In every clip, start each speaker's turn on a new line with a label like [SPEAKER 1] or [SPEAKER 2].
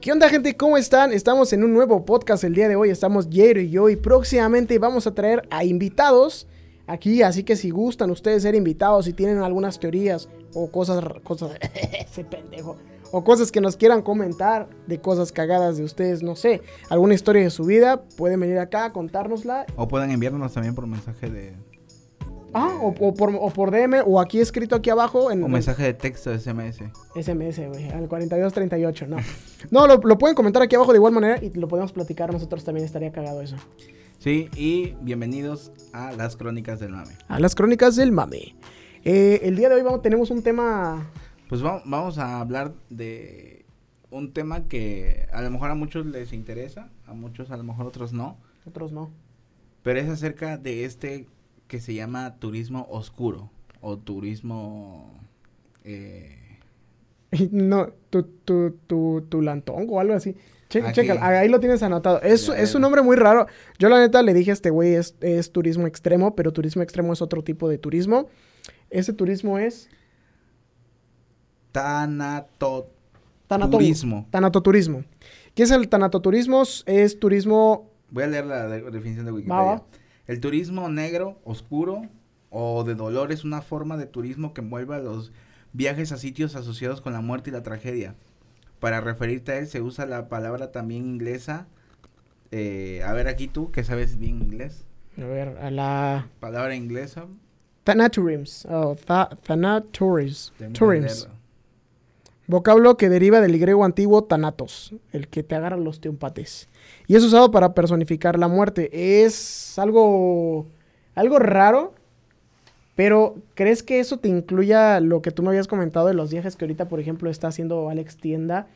[SPEAKER 1] ¿Qué onda gente? ¿Cómo están? Estamos en un nuevo podcast el día de hoy. Estamos Jero y yo y próximamente vamos a traer a invitados aquí. Así que si gustan ustedes ser invitados, si tienen algunas teorías o cosas... cosas ese pendejo. O cosas que nos quieran comentar de cosas cagadas de ustedes, no sé. Alguna historia de su vida, pueden venir acá a contárnosla.
[SPEAKER 2] O pueden enviarnos también por mensaje de.
[SPEAKER 1] Ah, o, o por, o por DM, o aquí escrito aquí abajo en
[SPEAKER 2] O mensaje de texto de SMS.
[SPEAKER 1] SMS, güey, al 4238, no. No, lo, lo pueden comentar aquí abajo de igual manera y lo podemos platicar nosotros también, estaría cagado eso.
[SPEAKER 2] Sí, y bienvenidos a las crónicas del mame.
[SPEAKER 1] A las crónicas del mame. Eh, el día de hoy vamos, tenemos un tema
[SPEAKER 2] Pues va- vamos a hablar de un tema que a lo mejor a muchos les interesa, a muchos a lo mejor otros no,
[SPEAKER 1] Otros no.
[SPEAKER 2] pero es acerca de este que se llama turismo oscuro o turismo. eh,
[SPEAKER 1] No, tu, tu, tu, tu lantón o algo así. Che-
[SPEAKER 2] Aquí.
[SPEAKER 1] chécalo, ahí lo tienes anotado. Es,
[SPEAKER 2] Ah, Ya,
[SPEAKER 1] es
[SPEAKER 2] ya.
[SPEAKER 1] un nombre muy raro. Yo la neta le dije a este güey es, es turismo extremo, pero turismo extremo es otro tipo de turismo. Ese turismo es
[SPEAKER 2] tanato-
[SPEAKER 1] tanato-
[SPEAKER 2] Turismo.
[SPEAKER 1] tanatoturismo. ¿Qué es el tanatoturismo? Es turismo...
[SPEAKER 2] Voy a leer la de- definición de Wikipedia.
[SPEAKER 1] Va, va.
[SPEAKER 2] El turismo negro, oscuro o de dolor es una forma de turismo que envuelve a los viajes a sitios asociados con la muerte y la tragedia. Para referirte a él se usa la palabra también inglesa. eh, a ver aquí tú, que sabes bien inglés.
[SPEAKER 1] A ver, a la...
[SPEAKER 2] Palabra inglesa.
[SPEAKER 1] Thanaturims. o tha- thanaturims.
[SPEAKER 2] Déjame
[SPEAKER 1] Turims.
[SPEAKER 2] leerla.
[SPEAKER 1] Vocablo que deriva del griego antiguo Thanatos, el que te agarra los teompates. Y es usado para personificar la muerte. Es algo, algo raro, pero ¿crees que eso te incluya lo que tú me habías comentado de los viajes que ahorita, por ejemplo, está haciendo Alex Tienda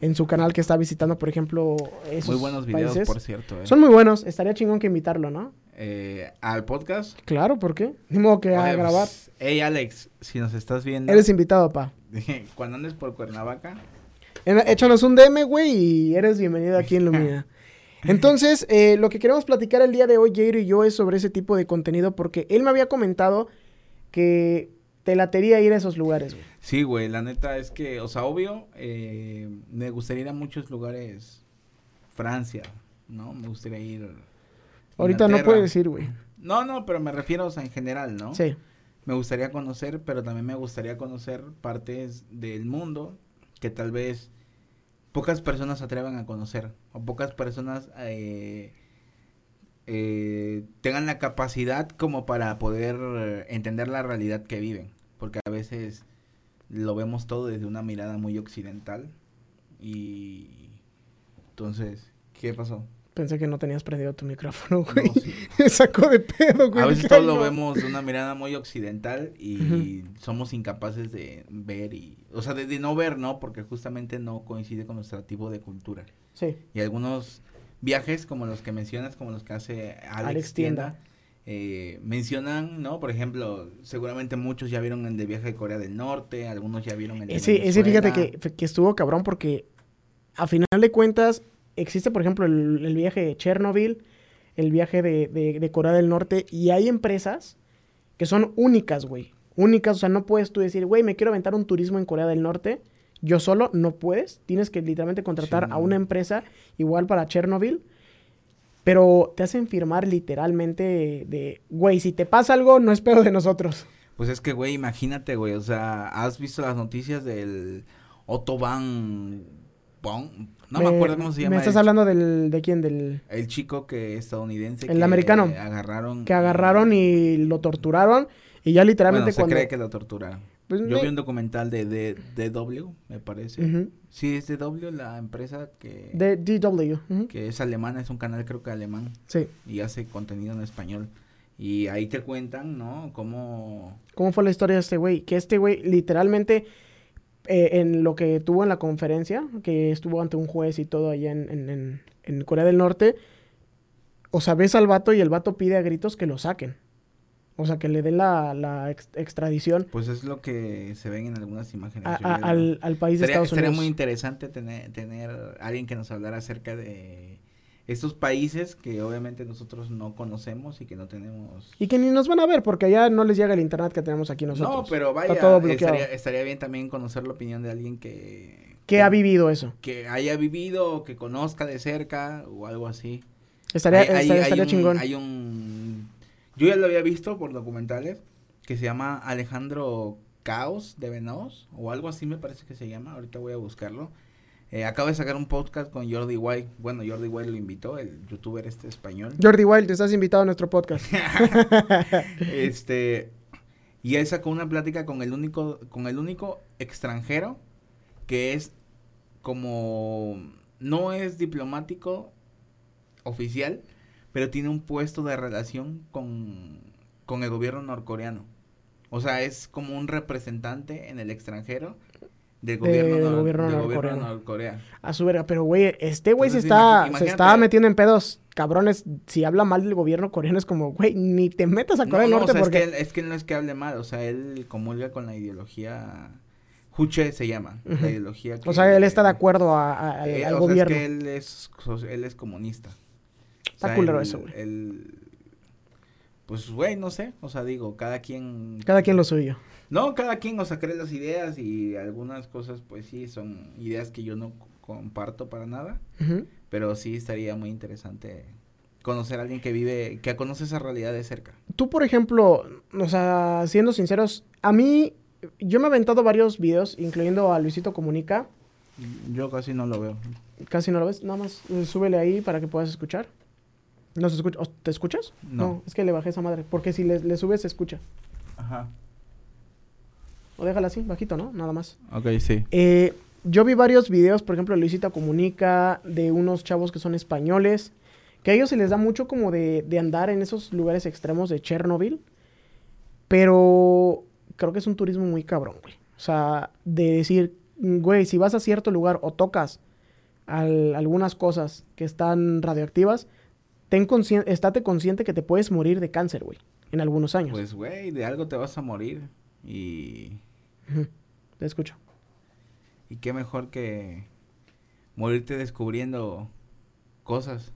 [SPEAKER 1] en su canal que está visitando, por ejemplo, esos
[SPEAKER 2] Muy buenos videos,
[SPEAKER 1] países?
[SPEAKER 2] por cierto. eh.
[SPEAKER 1] Son muy buenos, estaría chingón que invitarlo, ¿no?
[SPEAKER 2] Eh, al podcast.
[SPEAKER 1] Claro, ¿por qué? Ni modo que a
[SPEAKER 2] Oye,
[SPEAKER 1] grabar.
[SPEAKER 2] pues, Hey Alex, si nos estás viendo,
[SPEAKER 1] Eres invitado, pa.
[SPEAKER 2] cuando andes por Cuernavaca,
[SPEAKER 1] En- Échanos un DM, güey, y eres bienvenido aquí en Lumina. Entonces, eh, lo que queremos platicar el día de hoy, Jairo y yo, es sobre ese tipo de contenido, porque él me había comentado que te latería ir a esos lugares, güey.
[SPEAKER 2] Sí, güey, la neta es que, o sea, obvio, eh, me gustaría ir a muchos lugares, Francia, ¿no? Me gustaría ir. a
[SPEAKER 1] Ahorita no
[SPEAKER 2] Inglaterra.
[SPEAKER 1] puedes ir, güey.
[SPEAKER 2] No, no, pero me refiero, o sea, en general, ¿no?
[SPEAKER 1] Sí.
[SPEAKER 2] Me gustaría conocer, pero también me gustaría conocer partes del mundo que tal vez pocas personas se atrevan a conocer o pocas personas eh, eh, tengan la capacidad como para poder eh, entender la realidad que viven, porque a veces lo vemos todo desde una mirada muy occidental y entonces, ¿qué pasó?
[SPEAKER 1] Pensé que no tenías prendido tu micrófono,
[SPEAKER 2] No,
[SPEAKER 1] güey.
[SPEAKER 2] sí.
[SPEAKER 1] Me sacó de pedo, güey.
[SPEAKER 2] A veces
[SPEAKER 1] Dije,
[SPEAKER 2] todo
[SPEAKER 1] "Ay,
[SPEAKER 2] lo
[SPEAKER 1] no".
[SPEAKER 2] vemos de una mirada muy occidental y somos incapaces de ver y... O sea, de, de no ver, ¿no? Porque justamente no coincide con nuestro tipo de cultura.
[SPEAKER 1] Sí.
[SPEAKER 2] Y algunos viajes como los que mencionas, como los que hace Alex,
[SPEAKER 1] Alex Tienda.
[SPEAKER 2] Tienda, eh, mencionan, ¿no? Por ejemplo, seguramente muchos ya vieron el de viaje de Corea del Norte, algunos ya vieron el de
[SPEAKER 1] Eh, Ese, ese fíjate
[SPEAKER 2] Venezuela.
[SPEAKER 1] que, que estuvo cabrón porque a final de cuentas existe, por ejemplo, el, el viaje de Chernobyl, el viaje de, de- de Corea del Norte y hay empresas que son únicas, güey. Únicas, o sea, no puedes tú decir, güey, me quiero aventar un turismo en Corea del Norte. Yo solo no puedes. Tienes que literalmente contratar
[SPEAKER 2] Sí,
[SPEAKER 1] a
[SPEAKER 2] no.
[SPEAKER 1] una empresa igual para Chernobyl. Pero te hacen firmar literalmente de, güey, si te pasa algo, no es pedo de nosotros.
[SPEAKER 2] Pues es que, güey, imagínate, güey, o sea, ¿has visto las noticias del Otto Van... Pong? No me, acuerdo cómo se llama.
[SPEAKER 1] ¿Me
[SPEAKER 2] el
[SPEAKER 1] estás hablando del, de quién? Del...
[SPEAKER 2] El chico que estadounidense.
[SPEAKER 1] El
[SPEAKER 2] que
[SPEAKER 1] americano.
[SPEAKER 2] Agarraron.
[SPEAKER 1] que agarraron y lo torturaron y ya
[SPEAKER 2] Bueno,
[SPEAKER 1] literalmente
[SPEAKER 2] se
[SPEAKER 1] cuando
[SPEAKER 2] cree que lo torturaron.
[SPEAKER 1] Pues,
[SPEAKER 2] Yo
[SPEAKER 1] me-
[SPEAKER 2] vi un documental de, de, DW, me parece.
[SPEAKER 1] Ujú.
[SPEAKER 2] Sí, es DW, la empresa que,
[SPEAKER 1] de DW ujú.
[SPEAKER 2] que es alemana, es un canal creo que alemán
[SPEAKER 1] sí
[SPEAKER 2] y hace contenido en español. Y ahí te cuentan, ¿no? Cómo...
[SPEAKER 1] cómo fue la historia de este güey que este güey literalmente eh, en lo que tuvo en la conferencia que estuvo ante un juez y todo allá en, en- en- en Corea del Norte o sea ves al vato y el vato pide a gritos que lo saquen o sea que le den la, la ex- extradición
[SPEAKER 2] Pues es lo que se ven en algunas imágenes.
[SPEAKER 1] a-
[SPEAKER 2] yo
[SPEAKER 1] a-
[SPEAKER 2] vi, ¿no?
[SPEAKER 1] al, al país de
[SPEAKER 2] Sería,
[SPEAKER 1] Estados
[SPEAKER 2] sería
[SPEAKER 1] Unidos
[SPEAKER 2] muy interesante tener, tener alguien que nos hablara acerca de estos países que obviamente nosotros no conocemos y que no tenemos
[SPEAKER 1] y que ni nos van a ver porque allá no les llega el
[SPEAKER 2] pues,
[SPEAKER 1] internet que tenemos aquí nosotros
[SPEAKER 2] No, pero vaya,
[SPEAKER 1] todo bloqueado.
[SPEAKER 2] estaría, estaría bien también conocer la opinión de alguien que...
[SPEAKER 1] Que que ha vivido eso.
[SPEAKER 2] que haya vivido o que conozca de cerca o algo así.
[SPEAKER 1] Estaría,
[SPEAKER 2] Hay- hay-
[SPEAKER 1] estaría-
[SPEAKER 2] hay
[SPEAKER 1] estaría
[SPEAKER 2] un-
[SPEAKER 1] chingón.
[SPEAKER 2] Hay un... Yo ya lo había visto por documentales que se llama Alejandro Caos de Venados o algo así me parece que se llama. Ahorita voy a buscarlo. Eh, acaba de sacar un podcast con Jordi White. Bueno, Jordi White lo invitó, el youtuber este español.
[SPEAKER 1] Jordi Wild, te estás invitado a nuestro podcast.
[SPEAKER 2] este y él sacó una plática con el único con el único extranjero que es como no es diplomático oficial pero tiene un puesto de relación con con el gobierno norcoreano o sea es como un representante en el extranjero del gobierno,
[SPEAKER 1] Del
[SPEAKER 2] nor-
[SPEAKER 1] gobierno
[SPEAKER 2] del gobierno
[SPEAKER 1] norcoreano.
[SPEAKER 2] Norcorea
[SPEAKER 1] A su verga, pero güey, este güey se
[SPEAKER 2] Entonces,
[SPEAKER 1] está,
[SPEAKER 2] imagi-
[SPEAKER 1] se está
[SPEAKER 2] imagínate.
[SPEAKER 1] metiendo en pedos cabrones. Si habla mal del gobierno coreano es como, güey, ni te metas a Corea del
[SPEAKER 2] No, no, o
[SPEAKER 1] Norte
[SPEAKER 2] sea,
[SPEAKER 1] porque...
[SPEAKER 2] es, que él, es que él no es que hable mal, o sea, él comulga con la ideología. Juche se llama,
[SPEAKER 1] Ujú.
[SPEAKER 2] la ideología que-
[SPEAKER 1] O sea, él está de acuerdo a- a- al,
[SPEAKER 2] Eh,
[SPEAKER 1] al
[SPEAKER 2] o sea,
[SPEAKER 1] gobierno.
[SPEAKER 2] es que él es, so- él es comunista. O
[SPEAKER 1] Está
[SPEAKER 2] sea,
[SPEAKER 1] culero
[SPEAKER 2] él-
[SPEAKER 1] eso, güey.
[SPEAKER 2] él- Pues, güey, no sé, o sea, digo, cada quien.
[SPEAKER 1] Cada quien lo suyo.
[SPEAKER 2] No, cada quien, o sea, cree las ideas y algunas cosas, pues sí, son ideas que yo no c- comparto para nada.
[SPEAKER 1] Ujú.
[SPEAKER 2] Pero sí estaría muy interesante conocer a alguien que vive, que conoce esa realidad de cerca.
[SPEAKER 1] Tú, por ejemplo, o sea, siendo sinceros, a mí, yo me he aventado varios videos, incluyendo a Luisito Comunica.
[SPEAKER 2] Yo casi no lo veo.
[SPEAKER 1] Casi no lo ves, nada más eh, súbele ahí para que puedas escuchar. ¿No se escucha? ¿O ¿Te escuchas?
[SPEAKER 2] No.
[SPEAKER 1] es que le bajé esa madre, porque si le, le subes se escucha.
[SPEAKER 2] Ajá.
[SPEAKER 1] O déjala así, bajito, ¿no? Nada más.
[SPEAKER 2] Ok, sí.
[SPEAKER 1] Eh, yo vi varios videos, por ejemplo, Luisita Comunica, de unos chavos que son españoles, que a ellos se les da mucho como de, de andar en esos lugares extremos de Chernobyl, pero creo que es un turismo muy cabrón, güey. O sea, de decir, mm, güey, si vas a cierto lugar o tocas al- algunas cosas que están radioactivas, ten conscien- estate consciente que te puedes morir de cáncer, güey, en algunos años.
[SPEAKER 2] Pues, güey, de algo te vas a morir. Y,
[SPEAKER 1] Ujú. Te escucho.
[SPEAKER 2] y qué mejor que morirte descubriendo cosas.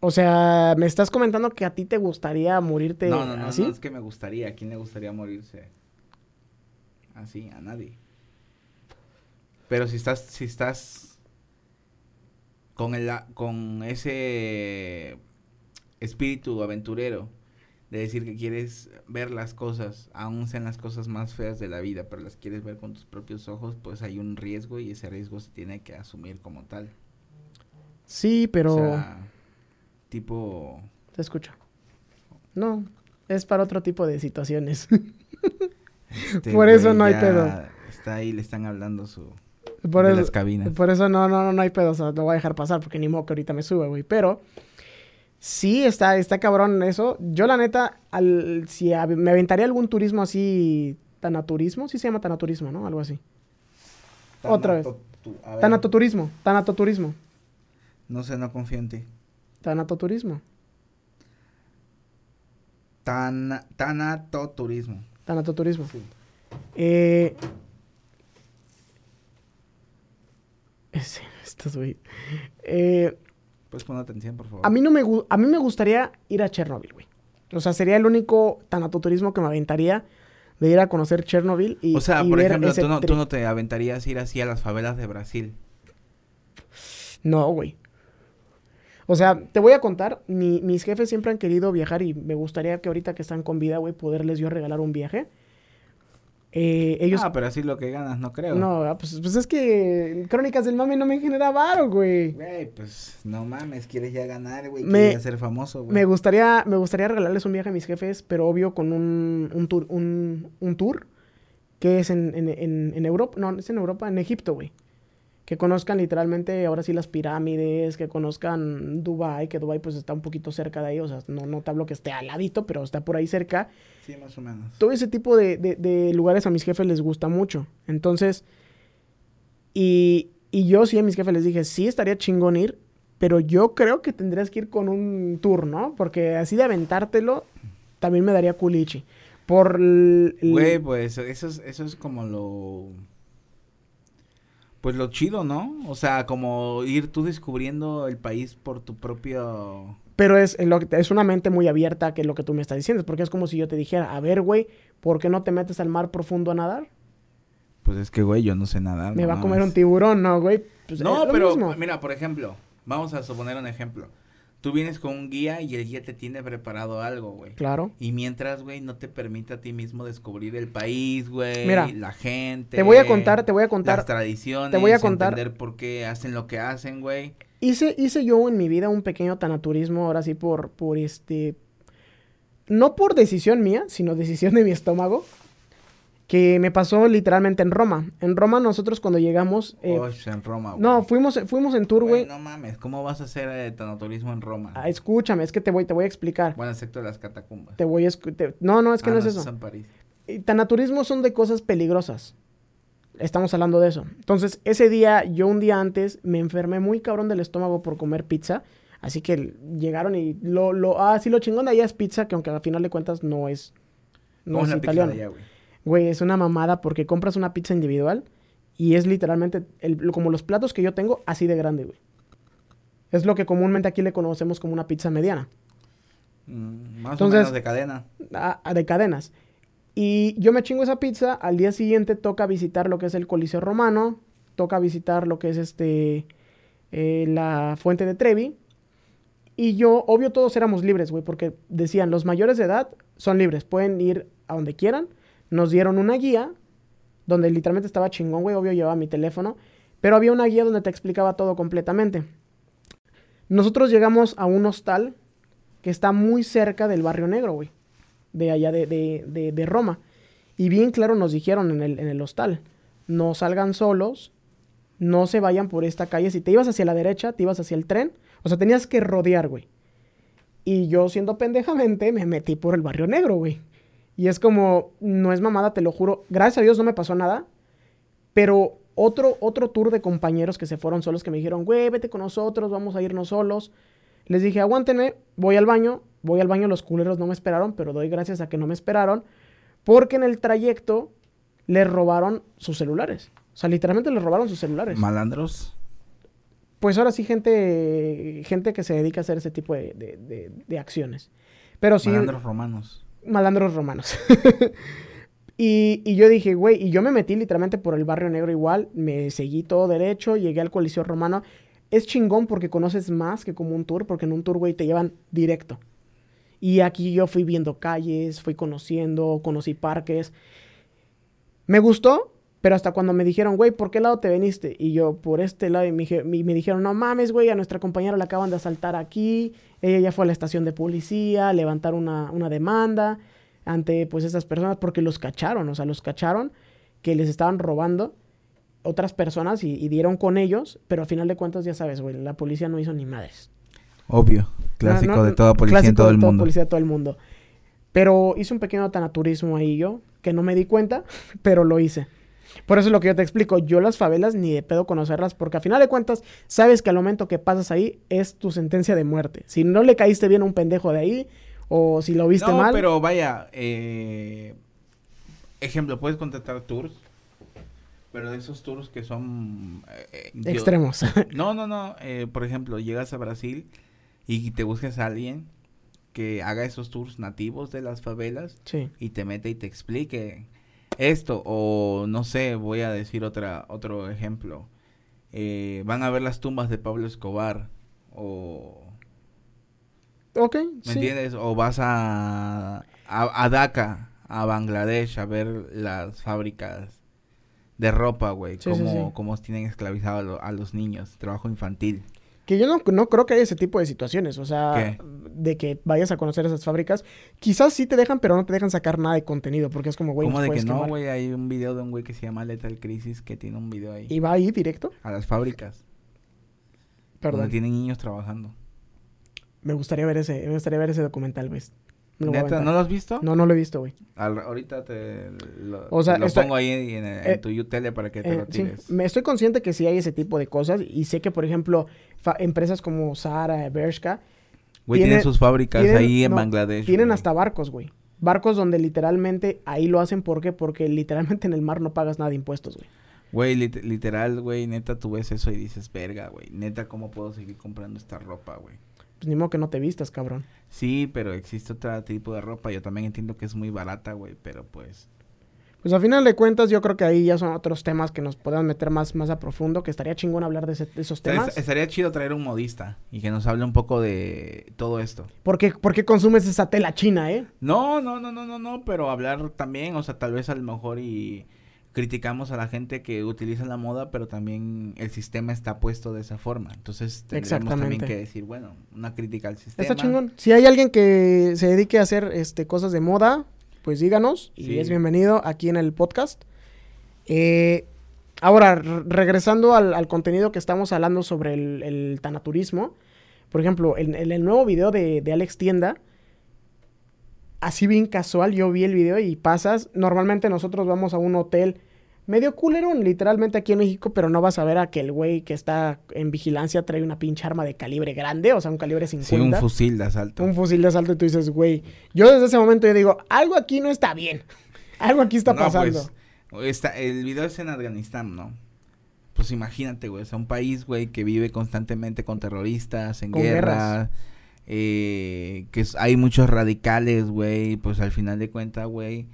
[SPEAKER 1] O sea, me estás comentando que a ti te gustaría morirte
[SPEAKER 2] no, no,
[SPEAKER 1] este,
[SPEAKER 2] no,
[SPEAKER 1] así.
[SPEAKER 2] no, es que me gustaría. ¿A quién le gustaría morirse? Así, a nadie. Pero si estás, si estás con el, a- con ese espíritu aventurero de decir que quieres ver las cosas, aun sean las cosas más feas de la vida, pero las quieres ver con tus propios ojos, pues hay un riesgo y ese riesgo se tiene que asumir como tal.
[SPEAKER 1] Sí, pero
[SPEAKER 2] O sea, tipo,
[SPEAKER 1] te escucho. No, es para otro tipo de situaciones.
[SPEAKER 2] Este
[SPEAKER 1] Por eso
[SPEAKER 2] güey
[SPEAKER 1] no hay
[SPEAKER 2] ya
[SPEAKER 1] pedo.
[SPEAKER 2] Está ahí, le están hablando su,
[SPEAKER 1] por,
[SPEAKER 2] de
[SPEAKER 1] eso,
[SPEAKER 2] las cabinas.
[SPEAKER 1] por eso no, no, no, no hay pedo. O sea, lo voy a dejar pasar porque ni modo que ahorita me suba, güey. Pero sí, está, está cabrón eso. Yo, la neta, al, si a- me aventaría algún turismo así, tanaturismo, sí se llama tanaturismo, ¿no? Algo así. otra vez.
[SPEAKER 2] Tanatotu- a ver,
[SPEAKER 1] Tanatoturismo, tanatoturismo,
[SPEAKER 2] No sé, no confío en ti.
[SPEAKER 1] tanatoturismo,
[SPEAKER 2] Tan, tanatoturismo.
[SPEAKER 1] tanatoturismo.
[SPEAKER 2] Sí.
[SPEAKER 1] Eh, es- estos, güey. Eh,
[SPEAKER 2] Puedes poner atención, por favor.
[SPEAKER 1] a, mí no me, gu- a mí me gustaría ir a Chernobyl, güey. O sea, sería el único tanatoturismo que me aventaría de ir a conocer Chernobyl y
[SPEAKER 2] o sea,
[SPEAKER 1] y
[SPEAKER 2] por
[SPEAKER 1] ver
[SPEAKER 2] ejemplo,
[SPEAKER 1] ese
[SPEAKER 2] tú no, tú
[SPEAKER 1] trip.
[SPEAKER 2] no te aventarías a ir así a las favelas de Brasil.
[SPEAKER 1] No, güey. O sea, te voy a contar, mi- mis jefes siempre han querido viajar y me gustaría que ahorita que están con vida, güey, poderles yo regalar un viaje. Eh, ellos...
[SPEAKER 2] Ah, pero así lo que ganas, no creo.
[SPEAKER 1] no, ah, pues, pues es que Crónicas del Mame no me genera varo, güey.
[SPEAKER 2] Güey, pues no mames, quieres ya ganar, güey.
[SPEAKER 1] Me-
[SPEAKER 2] Quieres ya ser famoso, güey.
[SPEAKER 1] Me gustaría, me gustaría regalarles un viaje a mis jefes, pero obvio con un, un tour, un, un tour que es en, en, en- en Europa, no, es en Europa, en Egipto, güey. Que conozcan literalmente ahora sí las pirámides, que conozcan Dubai, que Dubai pues está un poquito cerca de ahí, o sea, no, no te hablo que esté al ladito, pero está por ahí cerca.
[SPEAKER 2] Sí, más o menos.
[SPEAKER 1] Todo ese tipo de, de- de lugares a mis jefes les gusta mucho. Entonces, y, y yo sí a mis jefes les dije, sí estaría chingón ir, pero yo creo que tendrías que ir con un tour, ¿no? Porque así de aventártelo, también me daría culichi. Por el... el-
[SPEAKER 2] Güey, pues eso es, eso es como lo... Pues lo chido, ¿no? O sea, como ir tú descubriendo el país por tu propio...
[SPEAKER 1] Pero es, es lo que- es una mente muy abierta que es lo que tú me estás diciendo, porque es como si yo te dijera, a ver, güey, ¿por qué no te metes al mar profundo a nadar?
[SPEAKER 2] Pues es que, güey, yo no sé nada.
[SPEAKER 1] Me
[SPEAKER 2] no
[SPEAKER 1] va a comer
[SPEAKER 2] mames.
[SPEAKER 1] un tiburón, ¿no, güey? Pues,
[SPEAKER 2] No,
[SPEAKER 1] es lo
[SPEAKER 2] pero
[SPEAKER 1] mismo.
[SPEAKER 2] mira, por ejemplo, vamos a suponer un ejemplo. Tú vienes con un guía y el guía te tiene preparado algo, güey.
[SPEAKER 1] Claro.
[SPEAKER 2] Y mientras, güey, no te permite a ti mismo descubrir el país, güey,
[SPEAKER 1] Mira,
[SPEAKER 2] la gente.
[SPEAKER 1] Te voy a contar, te voy a
[SPEAKER 2] Las
[SPEAKER 1] contar.
[SPEAKER 2] tradiciones.
[SPEAKER 1] te voy a contar-
[SPEAKER 2] Entender por qué hacen lo que hacen, güey.
[SPEAKER 1] Hice, hice yo en mi vida un pequeño tanaturismo, ahora sí, por, por este... No por decisión mía, sino decisión de mi estómago, que me pasó literalmente en Roma. En Roma nosotros cuando llegamos... eh,
[SPEAKER 2] Oye, Oh, en Roma, güey.
[SPEAKER 1] no, fuimos, fuimos en tour, güey.
[SPEAKER 2] No mames, ¿cómo vas a hacer eh, tanatorismo en Roma?
[SPEAKER 1] Ah, Escúchame, es que te voy, te voy a explicar.
[SPEAKER 2] Bueno, excepto las catacumbas.
[SPEAKER 1] Te voy a... escu- te- No, no, es que
[SPEAKER 2] Ah,
[SPEAKER 1] no es
[SPEAKER 2] Es
[SPEAKER 1] eso.
[SPEAKER 2] en París.
[SPEAKER 1] Y Tanaturismo son de cosas peligrosas. Estamos hablando de eso. Entonces, ese día, yo un día antes, me enfermé muy cabrón del estómago por comer pizza. Así que l- llegaron y lo, lo, ah, sí, lo chingón de allá es pizza, que aunque al final de cuentas no es, no
[SPEAKER 2] ¿Cómo es
[SPEAKER 1] es
[SPEAKER 2] la pizza de
[SPEAKER 1] italiano.
[SPEAKER 2] allá, güey?
[SPEAKER 1] Güey, es una mamada porque compras una pizza individual y es literalmente el- lo- como los platos que yo tengo, así de grande, güey. Es lo que comúnmente aquí le conocemos como una pizza mediana.
[SPEAKER 2] Mm, más
[SPEAKER 1] Entonces-
[SPEAKER 2] o menos de cadena.
[SPEAKER 1] a- a- de cadenas. Y yo me chingo esa pizza, al día siguiente toca visitar lo que es el Coliseo Romano, toca visitar lo que es este eh, la Fuente de Trevi. Y yo, obvio, todos éramos libres, güey, porque decían, los mayores de edad son libres, pueden ir a donde quieran. Nos dieron una guía, donde literalmente estaba chingón, güey, obvio llevaba mi teléfono, pero había una guía donde te explicaba todo completamente. Nosotros llegamos a un hostal que está muy cerca del barrio negro, güey de allá de, de- de- de Roma. Y bien claro nos dijeron en el, en el hostal, no salgan solos, no se vayan por esta calle. Si te ibas hacia la derecha, te ibas hacia el tren. O sea, tenías que rodear, güey. Y yo siendo pendejamente me metí por el barrio negro, güey. Y es como, no es mamada, te lo juro. Gracias a Dios no me pasó nada. Pero otro, otro tour de compañeros que se fueron solos que me dijeron, güey, vete con nosotros, vamos a irnos solos. Les dije, aguántenme, voy al baño. Voy al baño, los culeros no me esperaron, pero doy gracias a que no me esperaron. Porque en el trayecto les robaron sus celulares. O sea, literalmente les robaron sus celulares.
[SPEAKER 2] Malandros.
[SPEAKER 1] Pues ahora sí, gente, gente que se dedica a hacer ese tipo de, de- de- de acciones. Pero sí,
[SPEAKER 2] Malandros romanos.
[SPEAKER 1] malandros romanos. y, y yo dije, güey, y yo me metí literalmente por el barrio negro igual, me seguí todo derecho, llegué al Coliseo Romano. Es chingón porque conoces más que como un tour, porque en un tour, güey, te llevan directo. Y aquí yo fui viendo calles, fui conociendo, conocí parques. Me gustó, pero hasta cuando me dijeron, güey, ¿por qué lado te veniste? Y yo, por este lado, y me, dije- y me dijeron, no mames, güey, a nuestra compañera la acaban de asaltar aquí, ella ya fue a la estación de policía, a levantar una, una demanda ante, pues, esas personas, porque los cacharon, o sea, los cacharon que les estaban robando otras personas y, y dieron con ellos, pero al final de cuentas, ya sabes, güey, la policía no hizo ni madres.
[SPEAKER 2] Obvio.
[SPEAKER 1] No, no, no, clásico de toda policía, todo el mundo. Pero hice un pequeño tanaturismo ahí yo, que no me di cuenta, pero lo hice. Por eso es lo que yo te explico. Yo las favelas ni de pedo conocerlas, porque al final de cuentas sabes que al momento que pasas ahí es tu sentencia de muerte. Si no le caíste bien a un pendejo de ahí, o si lo viste
[SPEAKER 2] no,
[SPEAKER 1] mal,
[SPEAKER 2] pero vaya, eh, ejemplo, puedes contratar tours, pero de esos tours que son... eh, eh, yo-
[SPEAKER 1] extremos.
[SPEAKER 2] No, no, no, eh, por ejemplo, llegas a Brasil y te buscas a alguien que haga esos tours nativos de las favelas
[SPEAKER 1] sí.
[SPEAKER 2] y te mete y te explique esto o no sé, voy a decir otra otro ejemplo. Eh, van a ver las tumbas de Pablo Escobar o
[SPEAKER 1] Ok,
[SPEAKER 2] ¿Me
[SPEAKER 1] sí.
[SPEAKER 2] entiendes? O vas a, a, a Dhaka, a Bangladesh, a ver las fábricas de ropa, güey.
[SPEAKER 1] Sí, sí,
[SPEAKER 2] cómo,
[SPEAKER 1] sí.
[SPEAKER 2] cómo tienen esclavizado a, lo- a los niños. Trabajo infantil.
[SPEAKER 1] Que yo no, no creo que haya ese tipo de situaciones, o sea,
[SPEAKER 2] ¿Qué?
[SPEAKER 1] de que vayas a conocer esas fábricas. Quizás sí te dejan, pero no te dejan sacar nada de contenido, porque es como, güey, pues
[SPEAKER 2] ¿Cómo
[SPEAKER 1] nos
[SPEAKER 2] de que
[SPEAKER 1] puedes
[SPEAKER 2] no,
[SPEAKER 1] quemar.
[SPEAKER 2] güey? Hay un video de un güey que se llama Lethal Crisis que tiene un video ahí.
[SPEAKER 1] ¿Y va ahí directo?
[SPEAKER 2] A las fábricas.
[SPEAKER 1] Perdón.
[SPEAKER 2] Donde tienen niños trabajando.
[SPEAKER 1] Me gustaría ver ese, me gustaría ver ese documental, güey. Me lo voy a
[SPEAKER 2] ¿Neta? ¿No
[SPEAKER 1] aventar.
[SPEAKER 2] lo has visto?
[SPEAKER 1] no, no lo he visto, güey.
[SPEAKER 2] Al- ahorita te lo,
[SPEAKER 1] O sea,
[SPEAKER 2] lo
[SPEAKER 1] esto-
[SPEAKER 2] pongo ahí en, en
[SPEAKER 1] eh,
[SPEAKER 2] tu YouTube para que te
[SPEAKER 1] Eh,
[SPEAKER 2] lo
[SPEAKER 1] sí,
[SPEAKER 2] tires.
[SPEAKER 1] me estoy consciente que sí hay ese tipo de cosas y sé que, por ejemplo, fa- empresas como Zara, Bershka,
[SPEAKER 2] Güey,
[SPEAKER 1] tiene-
[SPEAKER 2] tienen sus fábricas
[SPEAKER 1] tienen-
[SPEAKER 2] ahí en
[SPEAKER 1] no,
[SPEAKER 2] Bangladesh.
[SPEAKER 1] tienen
[SPEAKER 2] güey.
[SPEAKER 1] hasta barcos, güey. Barcos donde literalmente ahí lo hacen, ¿por qué? Porque literalmente en el mar no pagas nada de impuestos, güey.
[SPEAKER 2] Güey, lit- literal, güey, neta, tú ves eso y dices, verga, güey, neta, ¿cómo puedo seguir comprando esta ropa, güey?
[SPEAKER 1] Pues ni modo que no te vistas, cabrón.
[SPEAKER 2] Sí, pero existe otro tipo de ropa, yo también entiendo que es muy barata, güey, pero pues...
[SPEAKER 1] Pues a final de cuentas, yo creo que ahí ya son otros temas que nos podemos meter más, más a profundo, que estaría chingón hablar de, ese- de esos
[SPEAKER 2] Estaría-
[SPEAKER 1] temas.
[SPEAKER 2] Estaría chido traer un modista y que nos hable un poco de todo esto.
[SPEAKER 1] ¿Por qué, por qué consumes esa tela china, eh?
[SPEAKER 2] No, no, no, no, no, no, pero hablar también, o sea, tal vez a lo mejor y criticamos a la gente que utiliza la moda, pero también el sistema está puesto de esa forma. Entonces tendremos también
[SPEAKER 1] Exactamente.
[SPEAKER 2] que decir, bueno, una crítica al sistema.
[SPEAKER 1] Está chingón. Si hay alguien que se dedique a hacer este, cosas de moda, pues díganos. Y
[SPEAKER 2] Sí.
[SPEAKER 1] es bienvenido aquí en el podcast. Eh, ahora, re- regresando al, al contenido que estamos hablando sobre el, el tanaturismo. Por ejemplo, en en el nuevo video de, de Alex Tienda, así bien casual, yo vi el video y pasas. Normalmente nosotros vamos a un hotel medio culerón, literalmente aquí en México, pero no vas a ver a que el güey que está en vigilancia trae una pinche arma de calibre grande, o sea, un calibre 50
[SPEAKER 2] Sí, un fusil de asalto.
[SPEAKER 1] un fusil de asalto y tú dices, güey, yo desde ese momento yo digo, algo aquí no está bien, algo aquí está
[SPEAKER 2] No,
[SPEAKER 1] pasando.
[SPEAKER 2] pues, está- el video es en Afganistán, ¿no? Pues imagínate, güey, o sea, un país, güey, que vive constantemente con terroristas, en
[SPEAKER 1] Con
[SPEAKER 2] guerra, eh, que es- hay muchos radicales, güey, pues al final de cuentas, güey,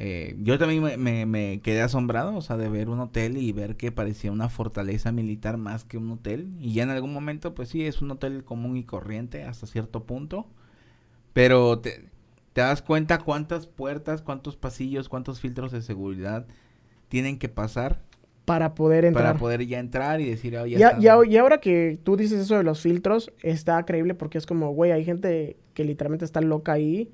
[SPEAKER 2] eh, yo también me, me- me quedé asombrado, o sea, de ver un hotel y ver que parecía una fortaleza militar más que un hotel, y ya en algún momento, pues sí, es un hotel común y corriente hasta cierto punto, pero te, te das cuenta cuántas puertas, cuántos pasillos, cuántos filtros de seguridad tienen que pasar
[SPEAKER 1] para poder entrar.
[SPEAKER 2] para poder ya entrar y decir, "Ah, ya
[SPEAKER 1] Y a-
[SPEAKER 2] estás,
[SPEAKER 1] y a-
[SPEAKER 2] ¿no?".
[SPEAKER 1] y ahora que tú dices eso de los filtros, está creíble porque es como, güey, hay gente que literalmente está loca ahí,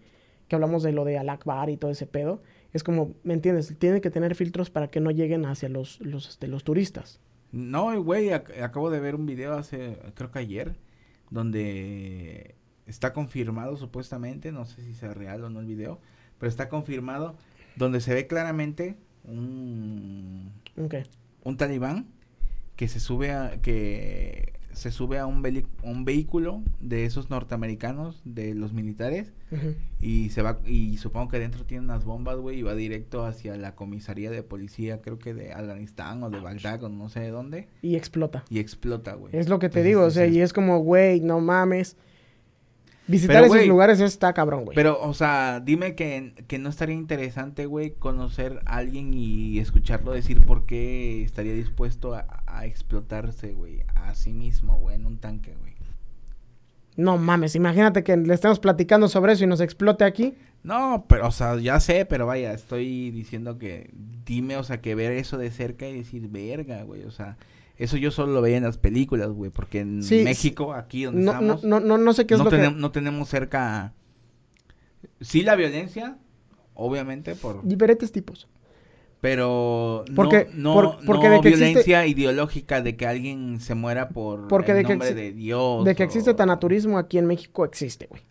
[SPEAKER 1] que hablamos de lo de Al-Akbar y todo ese pedo. Es como, ¿me entiendes? Tienen que tener filtros para que no lleguen hacia los, los, este, los turistas.
[SPEAKER 2] No, y güey, ac- acabo de ver un video hace, creo que ayer, donde está confirmado supuestamente, no sé si sea real o no el video, pero está confirmado, donde se ve claramente un,
[SPEAKER 1] Ok.
[SPEAKER 2] un talibán que se sube a, que se sube a un, veli- un vehículo de esos norteamericanos, de los militares,
[SPEAKER 1] Ujú.
[SPEAKER 2] Y se va, y supongo que dentro tiene unas bombas, güey, y va directo hacia la comisaría de policía, creo que de Afganistán o de Bagdad o no sé de dónde,
[SPEAKER 1] Y explota.
[SPEAKER 2] y explota, güey.
[SPEAKER 1] Es lo que te
[SPEAKER 2] Entonces,
[SPEAKER 1] digo, o sea,
[SPEAKER 2] dices,
[SPEAKER 1] y Pues es como, güey, no mames. Visitar
[SPEAKER 2] Pero,
[SPEAKER 1] esos
[SPEAKER 2] güey,
[SPEAKER 1] lugares está cabrón, güey.
[SPEAKER 2] Pero, o sea, dime que, que no estaría interesante, güey, conocer a alguien y escucharlo decir por qué estaría dispuesto a, a explotarse, güey, a sí mismo, güey, en un tanque, güey.
[SPEAKER 1] No mames, imagínate que le estemos platicando sobre eso y nos explote aquí.
[SPEAKER 2] No, pero, o sea, ya sé, pero vaya, estoy diciendo que dime, o sea, que ver eso de cerca y decir, verga, güey, o sea, eso yo solo lo veía en las películas, güey, porque en
[SPEAKER 1] Sí, sí.
[SPEAKER 2] México, aquí donde
[SPEAKER 1] No, no,
[SPEAKER 2] estamos, no,
[SPEAKER 1] no, no, no sé qué es lo
[SPEAKER 2] tenem-
[SPEAKER 1] que...
[SPEAKER 2] no tenemos cerca, sí la violencia, obviamente, por,
[SPEAKER 1] Diferentes tipos.
[SPEAKER 2] pero no-
[SPEAKER 1] Porque-
[SPEAKER 2] no,
[SPEAKER 1] por- porque
[SPEAKER 2] no
[SPEAKER 1] de que existe-
[SPEAKER 2] violencia ideológica de que alguien se muera por
[SPEAKER 1] Porque
[SPEAKER 2] el
[SPEAKER 1] de que
[SPEAKER 2] nombre
[SPEAKER 1] exi-
[SPEAKER 2] de Dios.
[SPEAKER 1] De que
[SPEAKER 2] o-
[SPEAKER 1] existe tanaturismo aquí en México, existe, güey.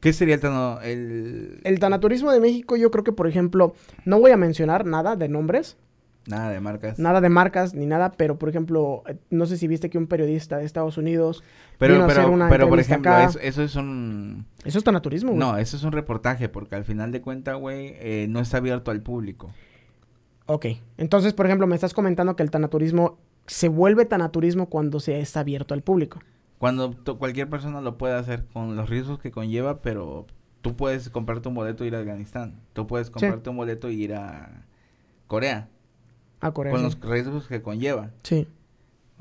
[SPEAKER 2] ¿Qué sería el tano? El...
[SPEAKER 1] El tanaturismo de México, yo creo que, por ejemplo, no voy a mencionar nada de nombres,
[SPEAKER 2] Nada de marcas.
[SPEAKER 1] nada de marcas ni nada, pero, por ejemplo, eh, no sé si viste que un periodista de Estados Unidos... vino
[SPEAKER 2] Pero,
[SPEAKER 1] a hacer
[SPEAKER 2] pero,
[SPEAKER 1] una
[SPEAKER 2] pero por
[SPEAKER 1] entrevista
[SPEAKER 2] ejemplo,
[SPEAKER 1] acá.
[SPEAKER 2] eso, eso es un...
[SPEAKER 1] Eso es tanaturismo, güey.
[SPEAKER 2] No, eso es un reportaje, porque al final de cuentas, güey, eh, no está abierto al público.
[SPEAKER 1] Ok. Entonces, por ejemplo, me estás comentando que el tanaturismo se vuelve tanaturismo cuando se está abierto al público.
[SPEAKER 2] Cuando to- cualquier persona lo puede hacer con los riesgos que conlleva, pero tú puedes comprarte un boleto e ir a Afganistán. Tú puedes comprarte un boleto e ir a Corea,
[SPEAKER 1] A Corea.
[SPEAKER 2] con
[SPEAKER 1] sí.
[SPEAKER 2] los riesgos que conlleva.
[SPEAKER 1] Ah, Sí.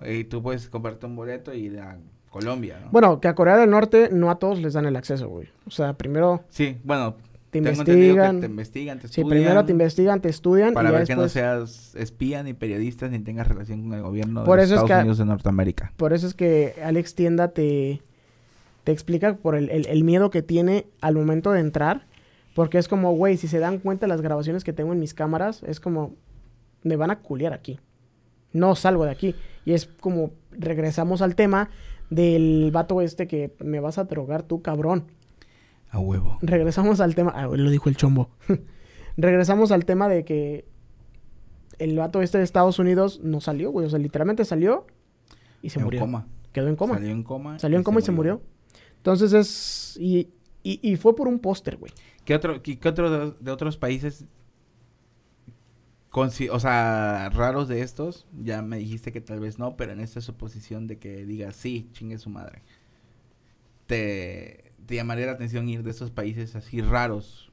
[SPEAKER 2] Y tú puedes comprarte un boleto e ir a Colombia, ¿no?
[SPEAKER 1] Bueno, que a Corea del Norte no a todos les dan el acceso, güey. O sea, primero
[SPEAKER 2] Sí, bueno,
[SPEAKER 1] te
[SPEAKER 2] tengo entendido
[SPEAKER 1] investigan.
[SPEAKER 2] que te investigan, te
[SPEAKER 1] Sí,
[SPEAKER 2] estudian.
[SPEAKER 1] primero te investigan, te estudian
[SPEAKER 2] Para
[SPEAKER 1] y ya
[SPEAKER 2] ver que no
[SPEAKER 1] después-
[SPEAKER 2] seas espía ni periodista ni tengas relación con el gobierno
[SPEAKER 1] Por
[SPEAKER 2] de
[SPEAKER 1] eso es
[SPEAKER 2] Estados
[SPEAKER 1] que-
[SPEAKER 2] Unidos de Norteamérica.
[SPEAKER 1] Por eso es que Alex Tienda te, te explica por el, el- el miedo que tiene al momento de entrar. Porque es como, güey, si se dan cuenta las grabaciones que tengo en mis cámaras, es como, me van a culiar aquí. No salgo de aquí. Y es como, regresamos al tema del vato este que me vas a drogar tú, cabrón.
[SPEAKER 2] A huevo.
[SPEAKER 1] Regresamos al tema. Ah, lo dijo el chombo. Regresamos al tema de que el vato este de Estados Unidos no salió, güey. O sea, literalmente salió y se
[SPEAKER 2] En
[SPEAKER 1] murió.
[SPEAKER 2] coma.
[SPEAKER 1] Quedó en coma.
[SPEAKER 2] Salió en coma.
[SPEAKER 1] Salió en coma y se murió. Entonces es. Y, y- y fue por un póster, güey.
[SPEAKER 2] ¿Qué otro, qué, qué otro de, de otros países, consi- o sea, raros de estos? Ya me dijiste que tal vez no, pero en esta suposición de que diga sí, chingue su madre. Te, te llamaría la atención ir de estos países así raros.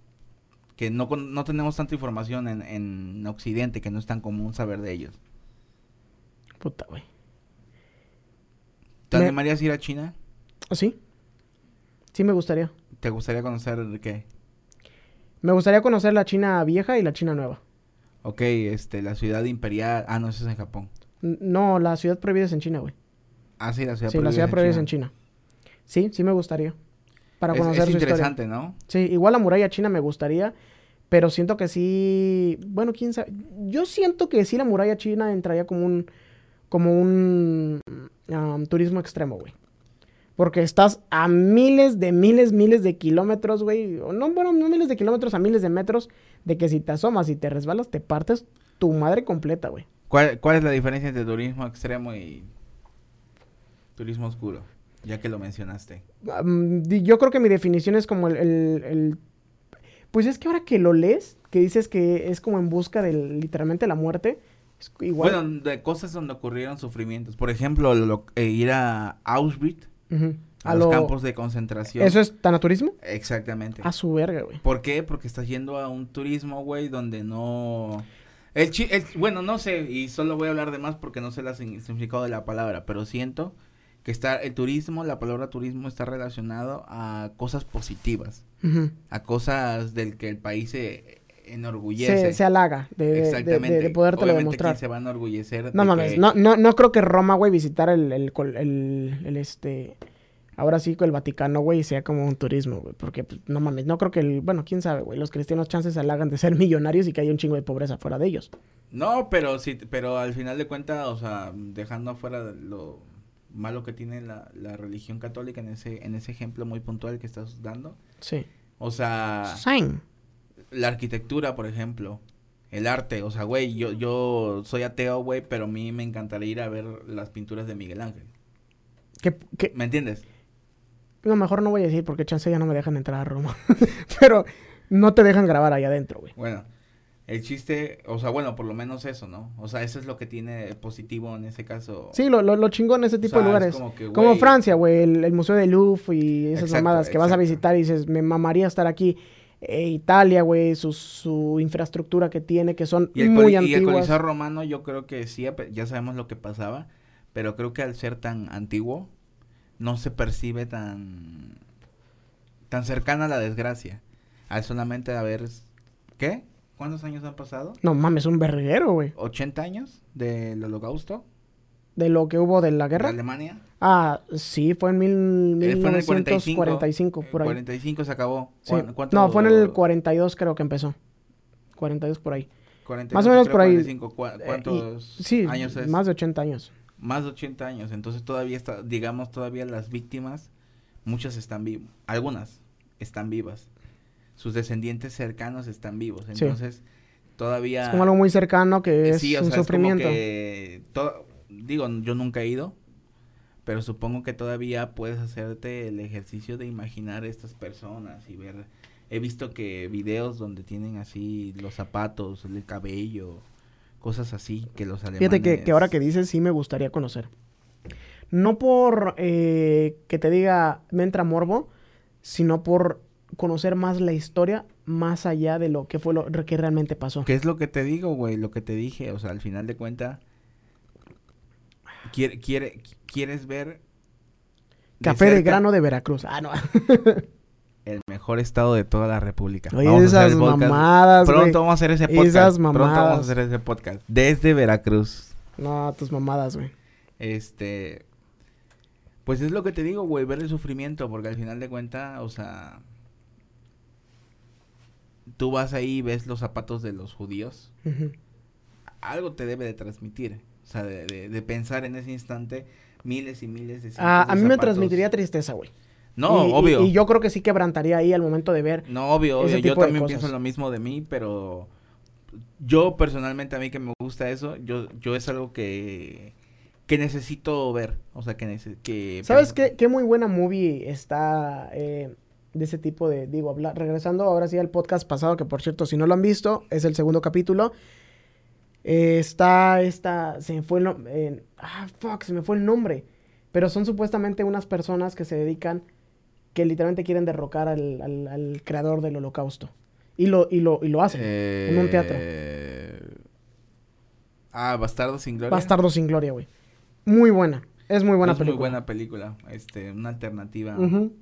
[SPEAKER 2] que no, con- no tenemos tanta información en, en Occidente, que no es tan común saber de ellos.
[SPEAKER 1] Puta, güey.
[SPEAKER 2] ¿Te
[SPEAKER 1] Me-
[SPEAKER 2] animarías a ir a China?
[SPEAKER 1] ¿Ah, sí? Sí, me gustaría.
[SPEAKER 2] ¿Te gustaría conocer qué?
[SPEAKER 1] Me gustaría conocer la China vieja y la China nueva.
[SPEAKER 2] Ok, este, la ciudad imperial. Ah, no, eso es en Japón.
[SPEAKER 1] N- No, la ciudad prohibida es en China, güey.
[SPEAKER 2] Ah, sí, la ciudad
[SPEAKER 1] Sí, la
[SPEAKER 2] prohibida
[SPEAKER 1] ciudad prohibida es en China. Sí, sí me gustaría. Para
[SPEAKER 2] Es-
[SPEAKER 1] conocer
[SPEAKER 2] es,
[SPEAKER 1] su historia.
[SPEAKER 2] interesante, ¿no?
[SPEAKER 1] Sí, igual la muralla china me gustaría, pero siento que sí, bueno, quién sabe. Yo siento que sí la muralla china entraría como un como un um, turismo extremo, güey. Porque estás a miles de miles, miles de kilómetros, güey. o No, bueno, no miles de kilómetros, a miles de metros. De que si te asomas y te resbalas, te partes tu madre completa, güey.
[SPEAKER 2] ¿Cuál, ¿Cuál es la diferencia entre turismo extremo y turismo oscuro? Ya que lo mencionaste.
[SPEAKER 1] Am, di- yo creo que mi definición es como el, el- el- Pues es que ahora que lo lees, que dices que es como en busca de literalmente la muerte, es igual.
[SPEAKER 2] Bueno, de cosas donde ocurrieron sufrimientos. Por ejemplo, lo- lo- eh, ir a Auschwitz,
[SPEAKER 1] Ujú.
[SPEAKER 2] a,
[SPEAKER 1] A
[SPEAKER 2] los
[SPEAKER 1] lo-
[SPEAKER 2] campos de concentración.
[SPEAKER 1] ¿Eso es Ah, tanaturismo?
[SPEAKER 2] Exactamente.
[SPEAKER 1] A su verga, güey.
[SPEAKER 2] ¿Por qué? Porque estás yendo a un turismo, güey, donde no... El chi- el- bueno, no sé, y solo voy a hablar de más porque no sé la sin- el significado de la palabra, pero siento que está el turismo, la palabra turismo está relacionado a cosas positivas,
[SPEAKER 1] Ujú.
[SPEAKER 2] a cosas del que el país se enorgullece.
[SPEAKER 1] Se, se halaga de, de- de- de- de podértelo
[SPEAKER 2] Obviamente,
[SPEAKER 1] demostrar.
[SPEAKER 2] ¿quién se va a enorgullecer?
[SPEAKER 1] No
[SPEAKER 2] de
[SPEAKER 1] mames,
[SPEAKER 2] que-
[SPEAKER 1] no, no, no creo que Roma, güey, visitara el, el, col- el- el, este... Ahora sí, que el Vaticano, güey, sea como un turismo, güey. Porque, pues, no mames, no creo que el... Bueno, quién sabe, güey. Los cristianos chances se halagan de ser millonarios y que haya un chingo de pobreza fuera de ellos.
[SPEAKER 2] No, pero sí, pero al final de cuentas, o sea, dejando afuera lo malo que tiene la, la religión católica en ese, en ese ejemplo muy puntual que estás dando.
[SPEAKER 1] Sí.
[SPEAKER 2] O sea,
[SPEAKER 1] Sain.
[SPEAKER 2] la arquitectura, por ejemplo, el arte, o sea, güey, yo, yo soy ateo, güey, pero a mí me encantaría ir a ver las pinturas de Miguel Ángel.
[SPEAKER 1] Que, que-
[SPEAKER 2] ¿Me entiendes?
[SPEAKER 1] lo mejor no voy a decir porque chance ya no me dejan entrar a Roma. Pero no te dejan grabar ahí adentro, güey.
[SPEAKER 2] Bueno, el chiste, o sea, bueno, por lo menos eso, ¿no? O sea, eso es lo que tiene positivo en ese caso.
[SPEAKER 1] Sí, lo, lo, lo chingón ese
[SPEAKER 2] O
[SPEAKER 1] tipo
[SPEAKER 2] sea, es
[SPEAKER 1] de lugares.
[SPEAKER 2] como que,
[SPEAKER 1] Como
[SPEAKER 2] güey,
[SPEAKER 1] Francia, güey, el, el Museo de Louvre y esas
[SPEAKER 2] Exacto,
[SPEAKER 1] mamadas que vas a
[SPEAKER 2] exacto.
[SPEAKER 1] visitar y dices, me mamaría estar aquí. Eh, Italia, güey, su, su infraestructura que tiene, que son
[SPEAKER 2] Y el,
[SPEAKER 1] muy
[SPEAKER 2] coli- y el
[SPEAKER 1] antiguas.
[SPEAKER 2] Coliseo romano yo creo que sí, ap- ya sabemos lo que pasaba, pero creo que al ser tan antiguo no se percibe tan tan cercana a la desgracia. Al solamente haber ¿qué? ¿Cuántos años han pasado?
[SPEAKER 1] No mames, un verguero, güey.
[SPEAKER 2] ¿80 años del holocausto
[SPEAKER 1] De lo que hubo de la
[SPEAKER 2] de
[SPEAKER 1] guerra.
[SPEAKER 2] Alemania?
[SPEAKER 1] Ah, sí, fue en mil,
[SPEAKER 2] Eh, fue en el 45,
[SPEAKER 1] 1945, por
[SPEAKER 2] eh,
[SPEAKER 1] ahí.
[SPEAKER 2] 45 se acabó.
[SPEAKER 1] Sí.
[SPEAKER 2] ¿Cuán- cuánto-
[SPEAKER 1] No, fue en el 42 creo que empezó. 42 por ahí.
[SPEAKER 2] 48,
[SPEAKER 1] más o menos
[SPEAKER 2] creo,
[SPEAKER 1] por ahí.
[SPEAKER 2] 45, cua-
[SPEAKER 1] Eh, y-
[SPEAKER 2] ¿Cuántos
[SPEAKER 1] sí,
[SPEAKER 2] años es?
[SPEAKER 1] más de 80 años.
[SPEAKER 2] más de 80 años, entonces todavía está, digamos, todavía las víctimas, muchas están vivas, algunas están vivas, sus descendientes cercanos están vivos,
[SPEAKER 1] Sí.
[SPEAKER 2] entonces todavía...
[SPEAKER 1] Es como algo muy cercano que
[SPEAKER 2] Ah. eh,
[SPEAKER 1] es
[SPEAKER 2] sí, o
[SPEAKER 1] un
[SPEAKER 2] sea, es como
[SPEAKER 1] sufrimiento.
[SPEAKER 2] que to- digo, yo nunca he ido, pero supongo que todavía puedes hacerte el ejercicio de imaginar estas personas y ver... He visto que videos donde tienen así los zapatos, el cabello, cosas así que los alemanes...
[SPEAKER 1] Fíjate que, que ahora que dices, sí me gustaría conocer. No por eh, que te diga, me entra morbo, sino por conocer más la historia más allá de lo que fue lo que realmente pasó.
[SPEAKER 2] ¿Qué es lo que te digo, güey? Lo que te dije, o sea, al final de cuenta quiere, quiere, quieres ver de
[SPEAKER 1] Café de
[SPEAKER 2] cerca
[SPEAKER 1] grano de Veracruz. Ah, no.
[SPEAKER 2] el mejor estado de toda la república.
[SPEAKER 1] Oye,
[SPEAKER 2] Vamos a hacer
[SPEAKER 1] esas
[SPEAKER 2] el podcast.
[SPEAKER 1] mamadas, güey.
[SPEAKER 2] Pronto vamos a hacer ese
[SPEAKER 1] Esas
[SPEAKER 2] podcast. Pronto vamos
[SPEAKER 1] mamadas.
[SPEAKER 2] a hacer ese podcast desde Veracruz.
[SPEAKER 1] No, tus mamadas, güey.
[SPEAKER 2] Este pues es lo que te digo, güey, ver el sufrimiento porque al final de cuenta, o sea, tú vas ahí y ves los zapatos de los judíos.
[SPEAKER 1] Ujú.
[SPEAKER 2] algo te debe de transmitir. O sea, de, de- de pensar en ese instante miles y miles de cientos
[SPEAKER 1] Ah,
[SPEAKER 2] de
[SPEAKER 1] a mí me
[SPEAKER 2] zapatos.
[SPEAKER 1] transmitiría tristeza, güey.
[SPEAKER 2] No,
[SPEAKER 1] Y- y-
[SPEAKER 2] obvio.
[SPEAKER 1] Y, yo creo que sí quebrantaría ahí al momento de ver.
[SPEAKER 2] No, obvio,
[SPEAKER 1] ese
[SPEAKER 2] obvio. Yo
[SPEAKER 1] tipo de
[SPEAKER 2] también
[SPEAKER 1] cosas.
[SPEAKER 2] pienso lo mismo de mí, pero yo personalmente a mí que me gusta eso, yo, yo es algo que, que necesito ver. O sea, que... nece- que
[SPEAKER 1] ¿Sabes
[SPEAKER 2] pero-
[SPEAKER 1] qué, qué muy buena movie está eh, de ese tipo de, digo, habla- regresando ahora sí al podcast pasado, que por cierto, si no lo han visto, es el segundo capítulo. Eh, está esta, se me fue el nombre, ah, fuck, se me fue el nombre. Pero son supuestamente unas personas que se dedican, que literalmente quieren derrocar al, al- al creador del holocausto. Y lo, y lo, y lo hacen
[SPEAKER 2] Eh,
[SPEAKER 1] en un teatro.
[SPEAKER 2] Ah, Bastardo sin Gloria.
[SPEAKER 1] Bastardo sin gloria, güey. Muy buena. Es muy buena
[SPEAKER 2] es
[SPEAKER 1] película.
[SPEAKER 2] muy buena película. Este, una alternativa
[SPEAKER 1] Ujú.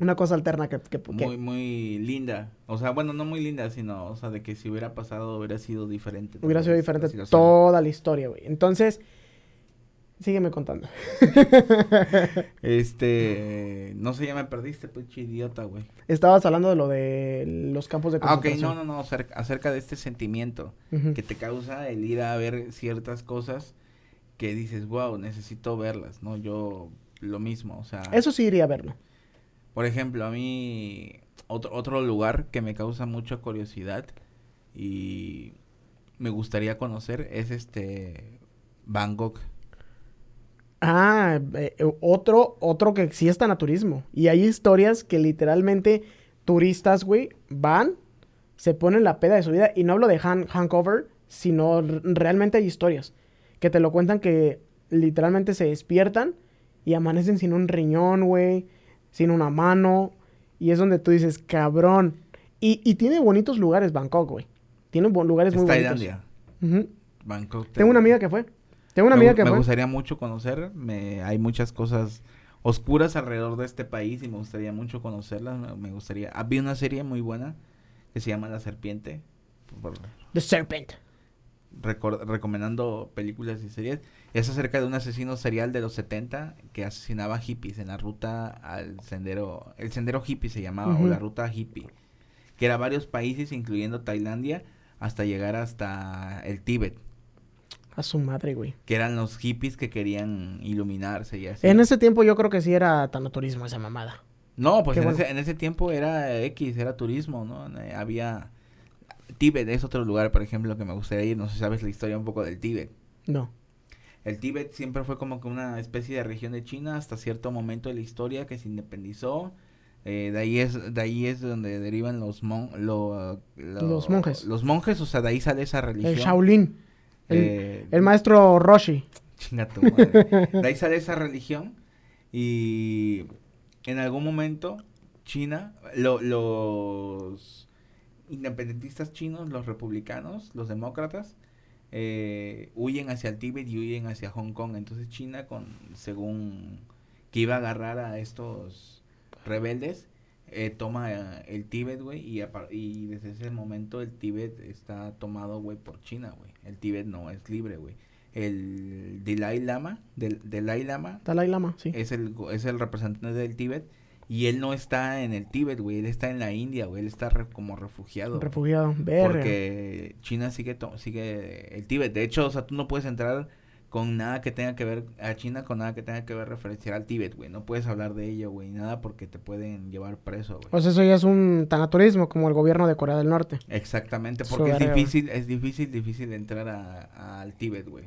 [SPEAKER 1] Una cosa alterna que, que- que-
[SPEAKER 2] muy, muy linda. O sea, bueno, no muy linda, sino, o sea, de que si hubiera pasado hubiera sido diferente.
[SPEAKER 1] hubiera
[SPEAKER 2] tal
[SPEAKER 1] sido
[SPEAKER 2] vez, la
[SPEAKER 1] diferente
[SPEAKER 2] situación.
[SPEAKER 1] toda la historia, güey. Entonces, sígueme contando.
[SPEAKER 2] Este, no sé, ya me perdiste, pinche idiota, güey.
[SPEAKER 1] Estabas hablando de lo de los campos de
[SPEAKER 2] Ah, ok,
[SPEAKER 1] concentración.
[SPEAKER 2] no, no, no, acerca, acerca de este sentimiento
[SPEAKER 1] Ujú.
[SPEAKER 2] que te causa el ir a ver ciertas cosas que dices, wow, necesito verlas, ¿no? Yo lo mismo, o sea.
[SPEAKER 1] Eso sí iría a verlo.
[SPEAKER 2] Por ejemplo, a mí otro, otro lugar que me causa mucha curiosidad y me gustaría conocer es este Bangkok.
[SPEAKER 1] Ah, eh, eh, otro, otro que sí es tanaturismo. Y hay historias que literalmente turistas, güey, van, se ponen la peda de su vida. Y no hablo de han- hangover, sino r- realmente hay historias que te lo cuentan que literalmente se despiertan y amanecen sin un riñón, güey, sin una mano. Y es donde tú dices, cabrón. Y, y tiene bonitos lugares Bangkok, güey. Tiene bu- lugares
[SPEAKER 2] Es
[SPEAKER 1] muy
[SPEAKER 2] Tailandia.
[SPEAKER 1] bonitos. Ujú.
[SPEAKER 2] Bangkok.
[SPEAKER 1] Tengo una
[SPEAKER 2] Tailandia.
[SPEAKER 1] amiga que fue. Tengo una
[SPEAKER 2] me,
[SPEAKER 1] amiga
[SPEAKER 2] gu-
[SPEAKER 1] que
[SPEAKER 2] me
[SPEAKER 1] fue.
[SPEAKER 2] gustaría mucho conocer. Me, hay muchas cosas oscuras alrededor de este país y me gustaría mucho conocerlas. Me, me gustaría. Había una serie muy buena que se llama La Serpiente. por-
[SPEAKER 1] The Serpent.
[SPEAKER 2] recor- recomendando películas y series. Es acerca de un asesino serial de los 70 que asesinaba hippies en la ruta al sendero. El sendero hippie se llamaba,
[SPEAKER 1] Ujú.
[SPEAKER 2] o la ruta hippie. Que era varios países, incluyendo Tailandia, hasta llegar hasta el Tíbet.
[SPEAKER 1] A su madre, güey.
[SPEAKER 2] Que eran los hippies que querían iluminarse y así.
[SPEAKER 1] En ese tiempo yo creo que sí era tanatorismo esa mamada.
[SPEAKER 2] No, pues
[SPEAKER 1] Qué
[SPEAKER 2] en,
[SPEAKER 1] bueno.
[SPEAKER 2] ese, en ese tiempo era X, era turismo, ¿no? Eh, Había. Tíbet es otro lugar, por ejemplo, que me gustaría ir. No sé si sabes la historia un poco del Tíbet.
[SPEAKER 1] No.
[SPEAKER 2] El Tíbet siempre fue como que una especie de región de China hasta cierto momento de la historia que se independizó. Eh, de ahí es de ahí es donde derivan los mon- lo- lo-
[SPEAKER 1] Los monjes.
[SPEAKER 2] Los monjes, o sea, de ahí sale esa religión.
[SPEAKER 1] El Shaolin. El,
[SPEAKER 2] Eh,
[SPEAKER 1] el maestro Roshi.
[SPEAKER 2] Chinga tu madre. De ahí sale esa religión y en algún momento China, lo- los independentistas chinos, los republicanos, los demócratas, eh, huyen hacia el Tíbet y huyen hacia Hong Kong. Entonces China, con, según que iba a agarrar a estos rebeldes, eh, toma eh, el Tíbet, güey, y, a par- y desde ese momento el Tíbet está tomado, güey, por China, güey. El Tíbet no es libre, güey el Dalai Lama, del Dalai Lama
[SPEAKER 1] Dalai Lama, sí.
[SPEAKER 2] es el go- es el representante del Tíbet y él no está en el Tíbet, güey, él está en la India, güey, él está re- como refugiado. güey,
[SPEAKER 1] Refugiado. Verga.
[SPEAKER 2] porque China sigue to- sigue el Tíbet. De hecho, o sea, tú no puedes entrar con nada que tenga que ver a China con nada que tenga que ver referenciar al Tíbet, güey. No puedes hablar de ello, güey, nada porque te pueden llevar preso, güey.
[SPEAKER 1] O sea, eso ya es un tanatorismo como el gobierno de Corea del Norte.
[SPEAKER 2] Exactamente, porque es
[SPEAKER 1] Soberbia, güey.
[SPEAKER 2] difícil, es difícil, difícil entrar a- al Tíbet, güey.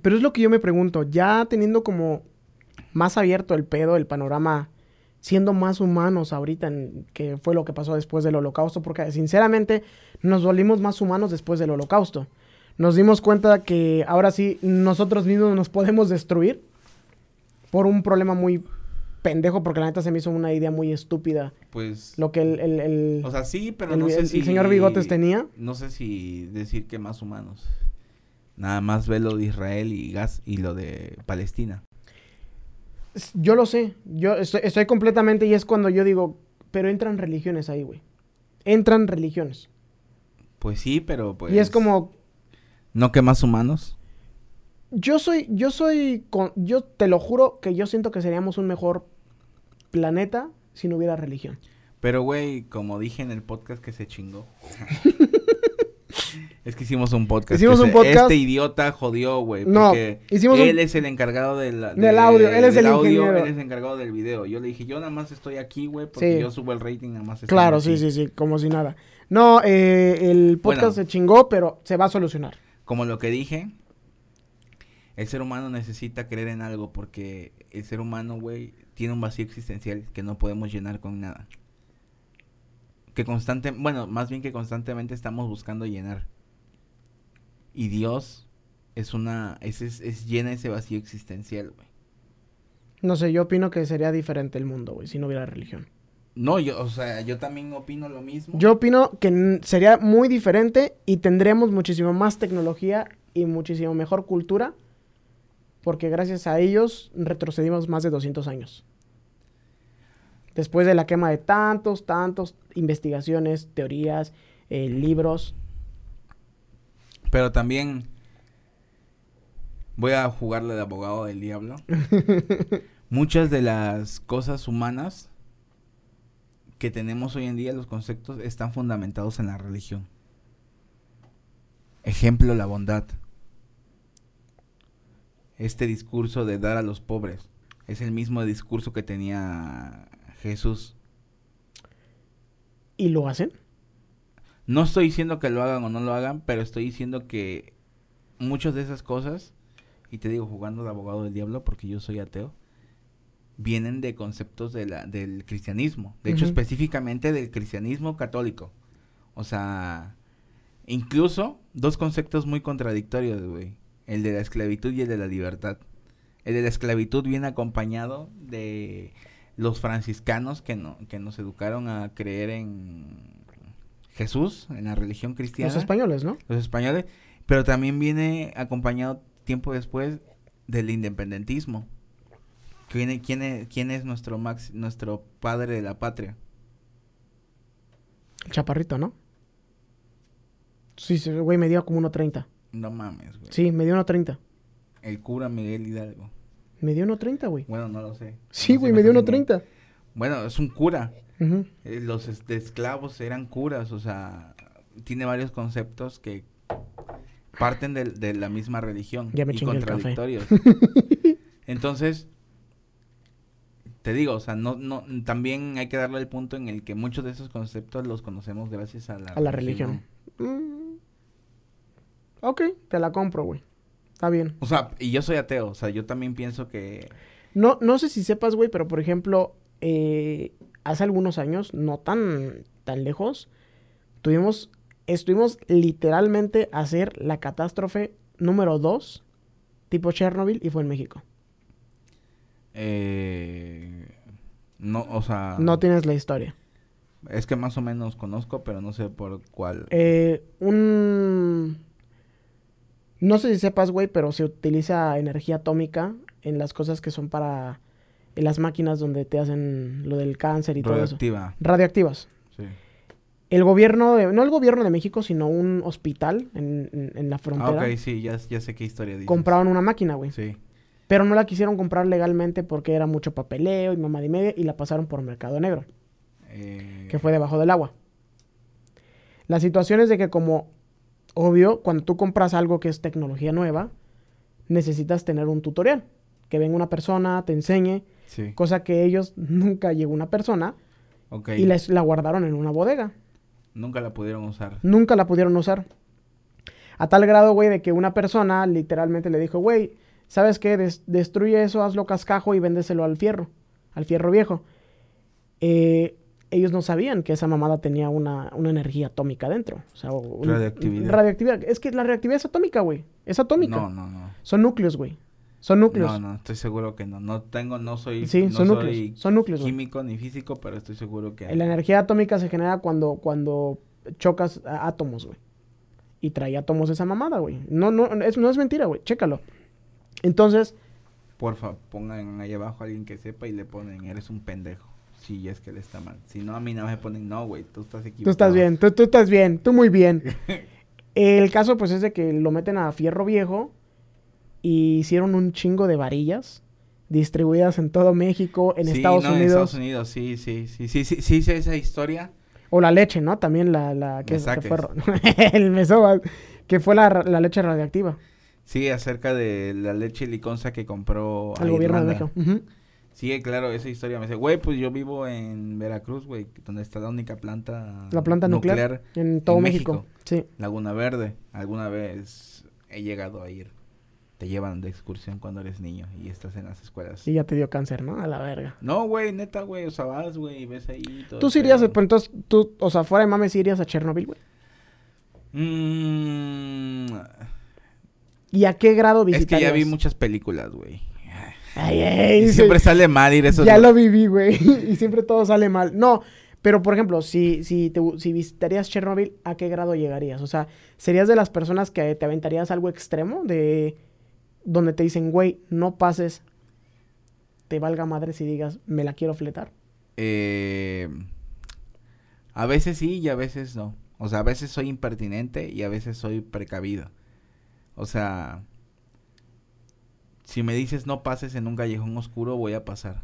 [SPEAKER 1] Pero es lo que yo me pregunto. Ya teniendo como más abierto el pedo, el panorama, siendo más humanos ahorita, en, que fue lo que pasó después del holocausto, porque sinceramente nos volvimos más humanos después del holocausto. Nos dimos cuenta que ahora sí nosotros mismos nos podemos destruir por un problema muy pendejo, porque la neta se me hizo una idea muy estúpida.
[SPEAKER 2] Pues
[SPEAKER 1] Lo que el, el- el-
[SPEAKER 2] O sea, sí, pero
[SPEAKER 1] el-
[SPEAKER 2] no sé
[SPEAKER 1] el- el
[SPEAKER 2] si...
[SPEAKER 1] señor Bigotes tenía.
[SPEAKER 2] No sé si decir que más humanos. Nada más ve lo de Israel y Gas y lo de Palestina.
[SPEAKER 1] S- Yo lo sé, yo estoy, estoy completamente y es cuando yo digo, pero entran religiones ahí, güey. Entran religiones.
[SPEAKER 2] Pues sí, pero pues...
[SPEAKER 1] Y es como,
[SPEAKER 2] ¿No que más humanos?
[SPEAKER 1] yo soy, yo soy, con- yo te lo juro que yo siento que seríamos un mejor planeta si no hubiera religión.
[SPEAKER 2] Pero, güey, como dije en el podcast que se chingó. es que hicimos un podcast.
[SPEAKER 1] Hicimos
[SPEAKER 2] que
[SPEAKER 1] un
[SPEAKER 2] se-
[SPEAKER 1] podcast.
[SPEAKER 2] Este idiota jodió, güey.
[SPEAKER 1] No,
[SPEAKER 2] porque
[SPEAKER 1] hicimos un-
[SPEAKER 2] Él es el encargado de la-
[SPEAKER 1] Del audio, él es
[SPEAKER 2] del
[SPEAKER 1] el
[SPEAKER 2] audio,
[SPEAKER 1] ingeniero.
[SPEAKER 2] Él es el encargado del video. Yo le dije, yo nada más estoy aquí, güey, porque
[SPEAKER 1] Sí.
[SPEAKER 2] yo subo el rating nada más. estando
[SPEAKER 1] Claro, sí,
[SPEAKER 2] aquí".
[SPEAKER 1] sí, sí, como si nada. No, eh, el podcast
[SPEAKER 2] Bueno.
[SPEAKER 1] se chingó, pero se va a solucionar.
[SPEAKER 2] como lo que dije, el ser humano necesita creer en algo porque el ser humano, güey, tiene un vacío existencial que no podemos llenar con nada. Que constante, bueno, más bien que constantemente estamos buscando llenar. Y Dios es una, es, es, es- llena ese vacío existencial, güey.
[SPEAKER 1] No sé, yo opino que sería diferente el mundo, güey, si no hubiera religión.
[SPEAKER 2] No, yo, o sea, yo también opino lo mismo.
[SPEAKER 1] Yo opino que n- sería muy diferente y tendríamos muchísimo más tecnología y muchísimo mejor cultura porque gracias a ellos retrocedimos más de 200 años. Después de la quema de tantos, tantos investigaciones, teorías, eh, libros.
[SPEAKER 2] Pero también voy a jugarle de abogado del diablo. Muchas de las cosas humanas que tenemos hoy en día, los conceptos, están fundamentados en la religión. Ejemplo, la bondad. Este discurso de dar a los pobres es el mismo discurso que tenía Jesús.
[SPEAKER 1] ¿Y lo hacen?
[SPEAKER 2] No estoy diciendo que lo hagan o no lo hagan, pero estoy diciendo que muchas de esas cosas, y te digo jugando de abogado del diablo porque yo soy ateo, vienen de conceptos de la, del cristianismo, de hecho
[SPEAKER 1] Ujú.
[SPEAKER 2] específicamente del cristianismo católico. O sea, incluso dos conceptos muy contradictorios, güey, el de la esclavitud y el de la libertad. El de la esclavitud viene acompañado de los franciscanos que, no, que nos educaron a creer en Jesús, en la religión cristiana
[SPEAKER 1] Los españoles, ¿no?
[SPEAKER 2] los españoles, pero también viene acompañado tiempo después del independentismo. Que viene- ¿Quién es, quién es nuestro, max, nuestro padre de la patria?
[SPEAKER 1] El chaparrito, ¿no? Sí, sí, güey, me dio como 1.30.
[SPEAKER 2] No mames, güey.
[SPEAKER 1] Sí, me dio 1.30.
[SPEAKER 2] El cura Miguel Hidalgo.
[SPEAKER 1] Me dio 1.30, güey.
[SPEAKER 2] Bueno, no lo sé.
[SPEAKER 1] Sí,
[SPEAKER 2] No sé,
[SPEAKER 1] güey, me dio
[SPEAKER 2] estás
[SPEAKER 1] 1.30.
[SPEAKER 2] inventando. Bueno, es un cura.
[SPEAKER 1] Ujú.
[SPEAKER 2] Eh, Los es- de esclavos eran curas, o sea, tiene varios conceptos que parten del- de, la misma religión
[SPEAKER 1] Ya me
[SPEAKER 2] y
[SPEAKER 1] chingué el café.
[SPEAKER 2] contradictorios. Entonces, te digo, o sea, no, no, también hay que darle el punto en el que muchos de esos conceptos los conocemos gracias a la,
[SPEAKER 1] A la religión. Mm. Ok, te la compro, güey. Está bien.
[SPEAKER 2] O sea, y yo soy ateo, o sea, yo también pienso que
[SPEAKER 1] No, no sé si sepas, güey, pero por ejemplo, eh, hace algunos años, no tan, tan lejos, tuvimos, estuvimos literalmente a hacer la catástrofe número 2, tipo Chernobyl, y fue en México.
[SPEAKER 2] eh, no, o sea,
[SPEAKER 1] No tienes la historia.
[SPEAKER 2] es que más o menos conozco, pero no sé por cuál.
[SPEAKER 1] Eh, un... No sé si sepas, güey, pero se utiliza energía atómica en las cosas que son para... En las máquinas donde te hacen lo del cáncer y todo eso.
[SPEAKER 2] radioactiva,
[SPEAKER 1] Radioactivas.
[SPEAKER 2] sí.
[SPEAKER 1] El gobierno, de- no el gobierno de México, sino un hospital en, en- en la
[SPEAKER 2] Ah,
[SPEAKER 1] frontera.
[SPEAKER 2] ok, sí, ya, ya sé qué historia dices.
[SPEAKER 1] Compraron una máquina, güey.
[SPEAKER 2] Sí.
[SPEAKER 1] Pero no la quisieron comprar legalmente porque era mucho papeleo y mamá de media y la pasaron por Mercado Negro,
[SPEAKER 2] Eh,
[SPEAKER 1] que fue debajo del agua. La situación es de que como, obvio, cuando tú compras algo que es tecnología nueva, necesitas tener un tutorial. Que venga una persona, te enseñe,
[SPEAKER 2] Sí.
[SPEAKER 1] cosa que ellos nunca llegó una persona
[SPEAKER 2] Ok.
[SPEAKER 1] y la, la guardaron en una bodega.
[SPEAKER 2] Nunca la pudieron usar.
[SPEAKER 1] Nunca la pudieron usar. A tal grado, güey, de que una persona literalmente le dijo, güey, ¿sabes qué? Des- destruye eso, hazlo cascajo y véndeselo al fierro, al fierro viejo. Eh, ellos no sabían que esa mamada tenía una, una energía atómica dentro. O sea, un-
[SPEAKER 2] Radioactividad.
[SPEAKER 1] radioactividad. Es que la reactividad es atómica, güey. Es atómica.
[SPEAKER 2] No, no, no.
[SPEAKER 1] Son núcleos, güey. Son núcleos.
[SPEAKER 2] No, no, estoy seguro que no. No tengo, no soy,
[SPEAKER 1] Sí,
[SPEAKER 2] no
[SPEAKER 1] son núcleos.
[SPEAKER 2] soy
[SPEAKER 1] Son núcleos, güey.
[SPEAKER 2] químico ni físico, pero estoy seguro que.
[SPEAKER 1] La energía atómica se genera cuando, cuando chocas a- átomos, güey. Y trae átomos esa mamada, güey. No, no, es, no es mentira, güey. Chécalo. Entonces,
[SPEAKER 2] Porfa, pongan ahí abajo a alguien que sepa y le ponen, eres un pendejo. Si es que le está mal. Si no, a mí nada más me ponen, no, güey, tú estás equivocado.
[SPEAKER 1] tú estás bien, tú, tú estás bien, tú muy bien. El caso, pues, es de que lo meten a fierro viejo y hicieron un chingo de varillas distribuidas en todo México, en
[SPEAKER 2] Sí,
[SPEAKER 1] Estados
[SPEAKER 2] no,
[SPEAKER 1] Unidos.
[SPEAKER 2] En Estados Unidos, sí, sí, sí, sí, sí, sí, sé esa historia.
[SPEAKER 1] O la leche, ¿no? También la, la que, que
[SPEAKER 2] Mesaques.
[SPEAKER 1] fue ro- el mesoba, que fue la, ra- la leche radioactiva
[SPEAKER 2] Sí, acerca de la leche liconza que compró a
[SPEAKER 1] al gobierno de
[SPEAKER 2] Irlanda.
[SPEAKER 1] México. Ujú.
[SPEAKER 2] Sí, claro, esa historia me dice, güey, pues yo vivo en Veracruz, güey, donde está la única planta
[SPEAKER 1] La planta nuclear, en todo
[SPEAKER 2] en
[SPEAKER 1] México.
[SPEAKER 2] México.
[SPEAKER 1] Sí.
[SPEAKER 2] Laguna Verde. Alguna vez he llegado a ir. Te llevan de excursión cuando eres niño y estás en las escuelas.
[SPEAKER 1] Y ya te dio cáncer, ¿no? A la verga.
[SPEAKER 2] No, güey, neta, güey, o sea, vas, güey, y ves ahí todo.
[SPEAKER 1] Tú
[SPEAKER 2] el
[SPEAKER 1] sí irías,
[SPEAKER 2] pedo.
[SPEAKER 1] pues, entonces, tú, o sea, fuera de mames, sí irías a Chernobyl, güey.
[SPEAKER 2] Mm,
[SPEAKER 1] ¿Y a qué grado
[SPEAKER 2] es que
[SPEAKER 1] visitarías?
[SPEAKER 2] ya vi muchas películas, güey.
[SPEAKER 1] Ay, ay,
[SPEAKER 2] Y
[SPEAKER 1] sí.
[SPEAKER 2] siempre sale mal ir eso.
[SPEAKER 1] Ya lo viví, güey. y siempre todo sale mal. No, pero por ejemplo, si, si, te, si visitarías Chernobyl, ¿a qué grado llegarías? O sea, ¿serías de las personas que te aventarías algo extremo? De donde te dicen, güey, no pases, te valga madre si digas, me la quiero fletar.
[SPEAKER 2] Eh, a veces sí y a veces no. O sea, a veces soy impertinente y a veces soy precavido. O sea, si me dices no pases en un callejón oscuro, voy a pasar.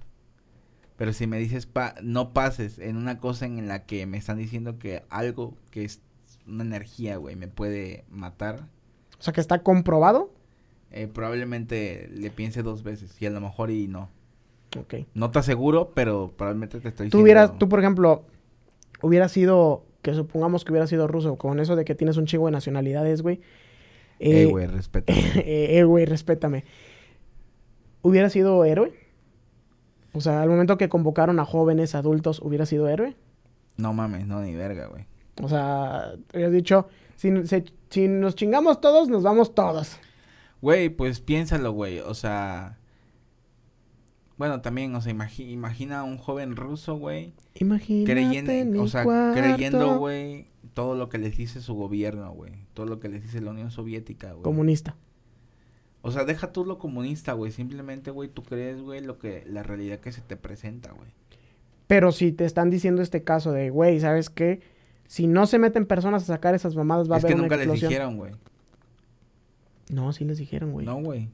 [SPEAKER 2] Pero si me dices pa- no pases en una cosa en la que me están diciendo que algo que es una energía, güey, me puede matar,
[SPEAKER 1] O sea, que está comprobado.
[SPEAKER 2] eh, probablemente le piense dos veces y a lo mejor y no.
[SPEAKER 1] Ok.
[SPEAKER 2] No te aseguro, pero probablemente te estoy
[SPEAKER 1] Tú hubieras,
[SPEAKER 2] diciendo-
[SPEAKER 1] tú por ejemplo, hubieras sido, que supongamos que hubieras sido ruso, con eso de que tienes un chingo de nacionalidades, güey.
[SPEAKER 2] Eh,
[SPEAKER 1] Eh,
[SPEAKER 2] güey, respeta.
[SPEAKER 1] eh, eh, güey, respétame. ¿Hubiera sido héroe? O sea, al momento que convocaron a jóvenes, adultos, ¿hubiera sido héroe?
[SPEAKER 2] No mames, no, ni verga, güey.
[SPEAKER 1] O sea, hubieras dicho, si, se- si nos chingamos todos, nos vamos todos.
[SPEAKER 2] Güey, pues piénsalo, güey. O sea. Bueno, también, o sea, imagi- imagina a un joven ruso, güey.
[SPEAKER 1] Imagínate en
[SPEAKER 2] Creyendo, o
[SPEAKER 1] mi
[SPEAKER 2] sea,
[SPEAKER 1] cuarto.
[SPEAKER 2] creyendo, güey, todo lo que les dice su gobierno, güey. Todo lo que les dice la Unión Soviética, güey.
[SPEAKER 1] Comunista.
[SPEAKER 2] O sea, deja tú lo comunista, güey. Simplemente, güey, tú crees, güey, lo que, la realidad que se te presenta, güey.
[SPEAKER 1] Pero si te están diciendo este caso de, güey, ¿sabes qué? Si no se meten personas a sacar esas mamadas, va
[SPEAKER 2] Es
[SPEAKER 1] a
[SPEAKER 2] que
[SPEAKER 1] haber una
[SPEAKER 2] nunca les
[SPEAKER 1] explosión.
[SPEAKER 2] dijeron, güey.
[SPEAKER 1] No, sí les dijeron, güey.
[SPEAKER 2] No,
[SPEAKER 1] No.
[SPEAKER 2] güey.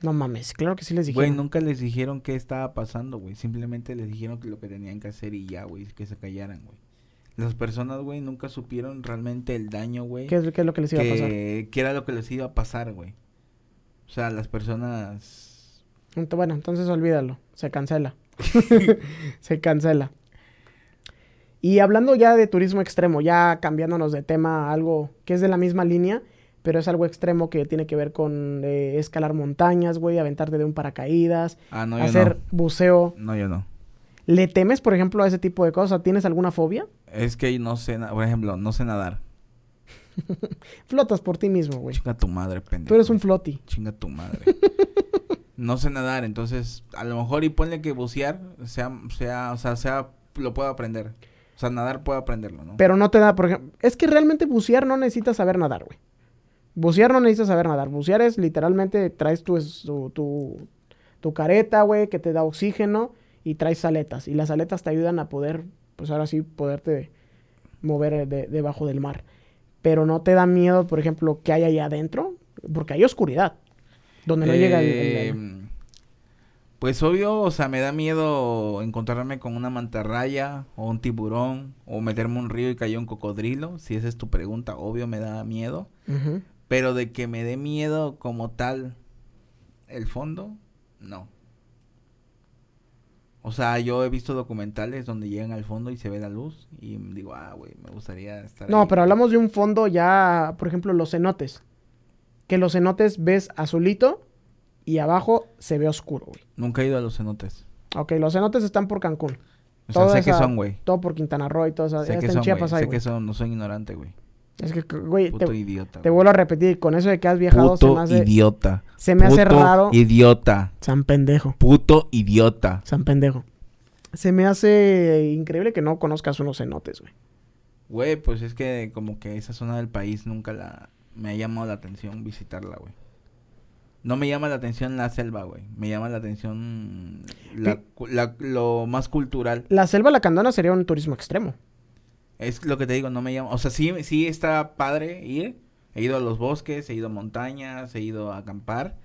[SPEAKER 1] mames, claro que sí les dijeron.
[SPEAKER 2] Güey, nunca les dijeron qué estaba pasando, güey. Simplemente les dijeron que lo que tenían que hacer y ya, güey, que se callaran, güey. Las personas, güey, nunca supieron realmente el daño, güey.
[SPEAKER 1] ¿Qué, es, qué es lo que les iba a pasar?
[SPEAKER 2] que, que era lo que les iba a pasar, güey. O sea, las personas...
[SPEAKER 1] Ent- Bueno, entonces olvídalo. Se cancela. se cancela. Y hablando ya de turismo extremo, ya cambiándonos de tema a algo que es de la misma línea, pero es algo extremo que tiene que ver con eh, escalar montañas, güey, aventarte de un paracaídas,
[SPEAKER 2] Ah, no, yo
[SPEAKER 1] hacer buceo.
[SPEAKER 2] no. No, yo no.
[SPEAKER 1] ¿Le temes, por ejemplo, a ese tipo de cosas? ¿Tienes alguna fobia?
[SPEAKER 2] Es que no sé, na- por ejemplo, no sé nadar.
[SPEAKER 1] Flotas por ti mismo, güey.
[SPEAKER 2] Chinga tu madre, pendejo.
[SPEAKER 1] Tú eres un floti.
[SPEAKER 2] Chinga tu madre. no sé nadar, entonces, a lo mejor y ponle que bucear sea, sea, o sea, sea, lo puedo aprender. O sea, nadar puedo aprenderlo, ¿no?
[SPEAKER 1] Pero no te da, por ejemplo. Es que realmente bucear no necesitas saber nadar, güey. Bucear no necesitas saber nadar. Bucear es literalmente traes tu, es- tu, tu, tu careta, güey, que te da oxígeno y traes aletas. Y las aletas te ayudan a poder, pues ahora sí, poderte mover eh, de- debajo del mar. Pero no te da miedo, por ejemplo, que hay allá adentro, porque hay oscuridad. Donde no llega el- el- el-
[SPEAKER 2] Eh, Pues obvio, o sea, me da miedo encontrarme con una mantarraya o un tiburón o meterme a un río y cayó un cocodrilo, si esa es tu pregunta, obvio me da miedo,
[SPEAKER 1] Ujú.
[SPEAKER 2] pero de que me dé miedo como tal el fondo, no. O sea, yo he visto documentales donde llegan al fondo y se ve la luz y digo, ah, güey, me gustaría estar ahí".
[SPEAKER 1] No, pero hablamos de un fondo ya, por ejemplo, los cenotes. Que los cenotes ves azulito y abajo se ve oscuro, güey.
[SPEAKER 2] Nunca he ido a los cenotes.
[SPEAKER 1] Ok, los cenotes están por Cancún.
[SPEAKER 2] O sea,
[SPEAKER 1] Toda
[SPEAKER 2] sé que
[SPEAKER 1] esa-
[SPEAKER 2] son, güey.
[SPEAKER 1] Todo por Quintana Roo y todo eso.
[SPEAKER 2] Sé
[SPEAKER 1] Hasta
[SPEAKER 2] que
[SPEAKER 1] en
[SPEAKER 2] son, güey.
[SPEAKER 1] Chiapas hay,
[SPEAKER 2] Sé que
[SPEAKER 1] güey.
[SPEAKER 2] son, no soy ignorante, güey.
[SPEAKER 1] Es que, c- güey,
[SPEAKER 2] Puto
[SPEAKER 1] te,
[SPEAKER 2] idiota.
[SPEAKER 1] te
[SPEAKER 2] güey.
[SPEAKER 1] vuelvo a repetir, con eso de que has viajado se
[SPEAKER 2] Puto
[SPEAKER 1] me hace...
[SPEAKER 2] idiota.
[SPEAKER 1] se me hace
[SPEAKER 2] Puto
[SPEAKER 1] raro.
[SPEAKER 2] Idiota.
[SPEAKER 1] San pendejo,
[SPEAKER 2] Puto idiota.
[SPEAKER 1] san pendejo. Se me hace increíble que no conozcas unos cenotes, güey.
[SPEAKER 2] Güey, pues es que como que esa zona del país nunca la me ha llamado la atención visitarla, güey. No me llama la atención la selva, güey. Me llama la atención la,
[SPEAKER 1] Fi-
[SPEAKER 2] cu- la- lo más cultural.
[SPEAKER 1] La selva lacandona sería un turismo extremo.
[SPEAKER 2] Es lo que te digo, no me llama. O sea, sí, sí está padre ir. He ido a los bosques, he ido a montañas, he ido a acampar,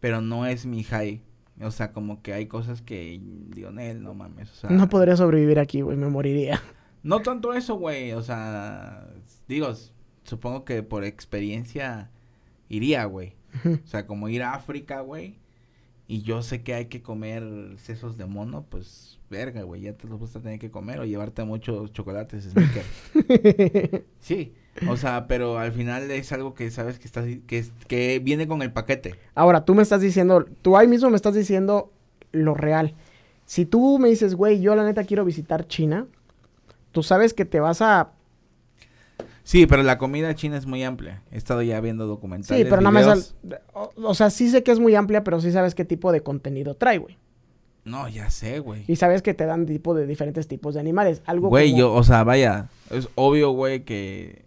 [SPEAKER 2] pero no es mi high. O sea, como que hay cosas que, Lionel, no mames. O sea,
[SPEAKER 1] no podría sobrevivir aquí, güey, me moriría.
[SPEAKER 2] No tanto eso, güey. O sea, digo, s- supongo que por experiencia iría, güey. O sea, como ir a África, güey. Y yo sé que hay que comer sesos de mono, pues verga, güey. Ya te los vas a tener que comer o llevarte muchos chocolates, Snickers. sí. O sea, pero al final es algo que sabes que estás, que, es- que viene con el paquete.
[SPEAKER 1] Ahora, tú me estás diciendo, tú ahí mismo me estás diciendo lo real. Si tú me dices, güey, yo la neta quiero visitar China, tú sabes que te vas a
[SPEAKER 2] Sí, pero la comida china es muy amplia. He estado ya viendo documentales.
[SPEAKER 1] Sí, pero no me
[SPEAKER 2] videos.
[SPEAKER 1] sal- o, o sea, sí sé que es muy amplia, pero sí sabes qué tipo de contenido trae, güey.
[SPEAKER 2] No, ya sé, güey.
[SPEAKER 1] Y sabes que te dan tipo de diferentes tipos de animales. Algo
[SPEAKER 2] Güey,
[SPEAKER 1] como-
[SPEAKER 2] yo, o sea, vaya, es obvio, güey, que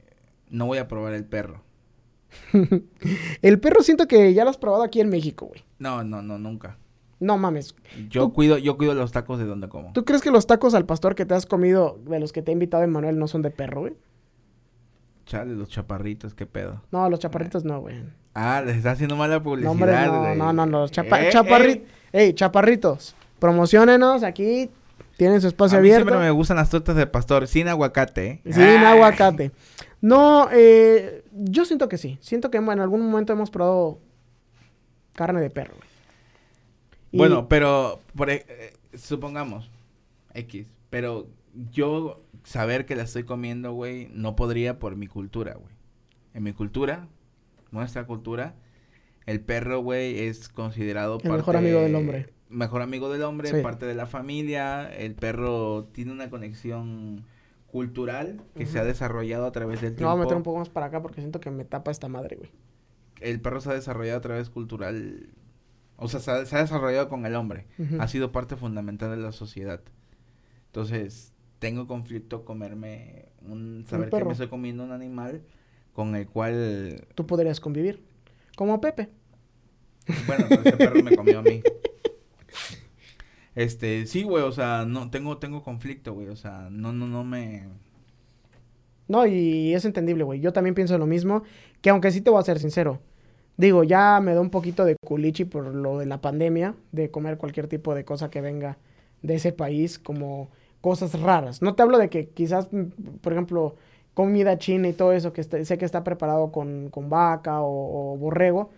[SPEAKER 2] no voy a probar el perro.
[SPEAKER 1] El perro siento que ya lo has probado aquí en México, güey.
[SPEAKER 2] No, no, no, nunca.
[SPEAKER 1] No mames.
[SPEAKER 2] Yo cuido, yo cuido los tacos de donde como.
[SPEAKER 1] ¿Tú crees que los tacos al pastor que te has comido, de los que te ha invitado Emanuel, no son de perro, güey?
[SPEAKER 2] Chale, los chaparritos, qué pedo.
[SPEAKER 1] No, los chaparritos no, güey.
[SPEAKER 2] Ah, les está haciendo mala
[SPEAKER 1] No, hombre,
[SPEAKER 2] publicidad,
[SPEAKER 1] no,
[SPEAKER 2] güey.
[SPEAKER 1] no, no, no, chapa-
[SPEAKER 2] Eh,
[SPEAKER 1] chaparri-
[SPEAKER 2] eh.
[SPEAKER 1] Ey, chaparritos, promocionenos aquí. Tienen su espacio
[SPEAKER 2] A mí
[SPEAKER 1] abierto.
[SPEAKER 2] siempre me gustan las tortas de pastor, sin aguacate. ¿eh?
[SPEAKER 1] Sin
[SPEAKER 2] Ah,
[SPEAKER 1] aguacate. No, eh, yo siento que sí. Siento que en algún momento hemos probado carne de perro. güey. Y-
[SPEAKER 2] Bueno, pero, por e- eh, supongamos, X, pero yo saber que la estoy comiendo, güey, no podría por mi cultura, güey. En mi cultura, nuestra cultura, el perro, güey, es considerado
[SPEAKER 1] El mejor amigo del hombre.
[SPEAKER 2] Mejor amigo del hombre,
[SPEAKER 1] Sí.
[SPEAKER 2] parte de la familia, el perro tiene una conexión cultural que se ha desarrollado a través del
[SPEAKER 1] me
[SPEAKER 2] tiempo.
[SPEAKER 1] voy a meter un poco más para acá porque siento que me tapa esta madre, güey.
[SPEAKER 2] el perro se ha desarrollado a través cultural, o sea, se ha, se ha desarrollado con el hombre,
[SPEAKER 1] Ujú.
[SPEAKER 2] ha sido parte fundamental de la sociedad. Entonces, tengo conflicto comerme, un, saber que
[SPEAKER 1] perro.
[SPEAKER 2] me estoy comiendo un animal con el cual,
[SPEAKER 1] Tú podrías convivir. Como Pepe.
[SPEAKER 2] bueno, pero ese perro me comió a mí. Este, sí, güey, o sea, no, tengo, tengo conflicto, güey, o sea, no, no, no me...
[SPEAKER 1] No, y es entendible, güey. Yo también pienso lo mismo, que aunque sí te voy a ser sincero. Digo, ya me da un poquito de culichi por lo de la pandemia, de comer cualquier tipo de cosa que venga de ese país, como cosas raras. No te hablo de que quizás, mm, por ejemplo, comida china y todo eso, que está- sé que está preparado con, con vaca o, o borrego.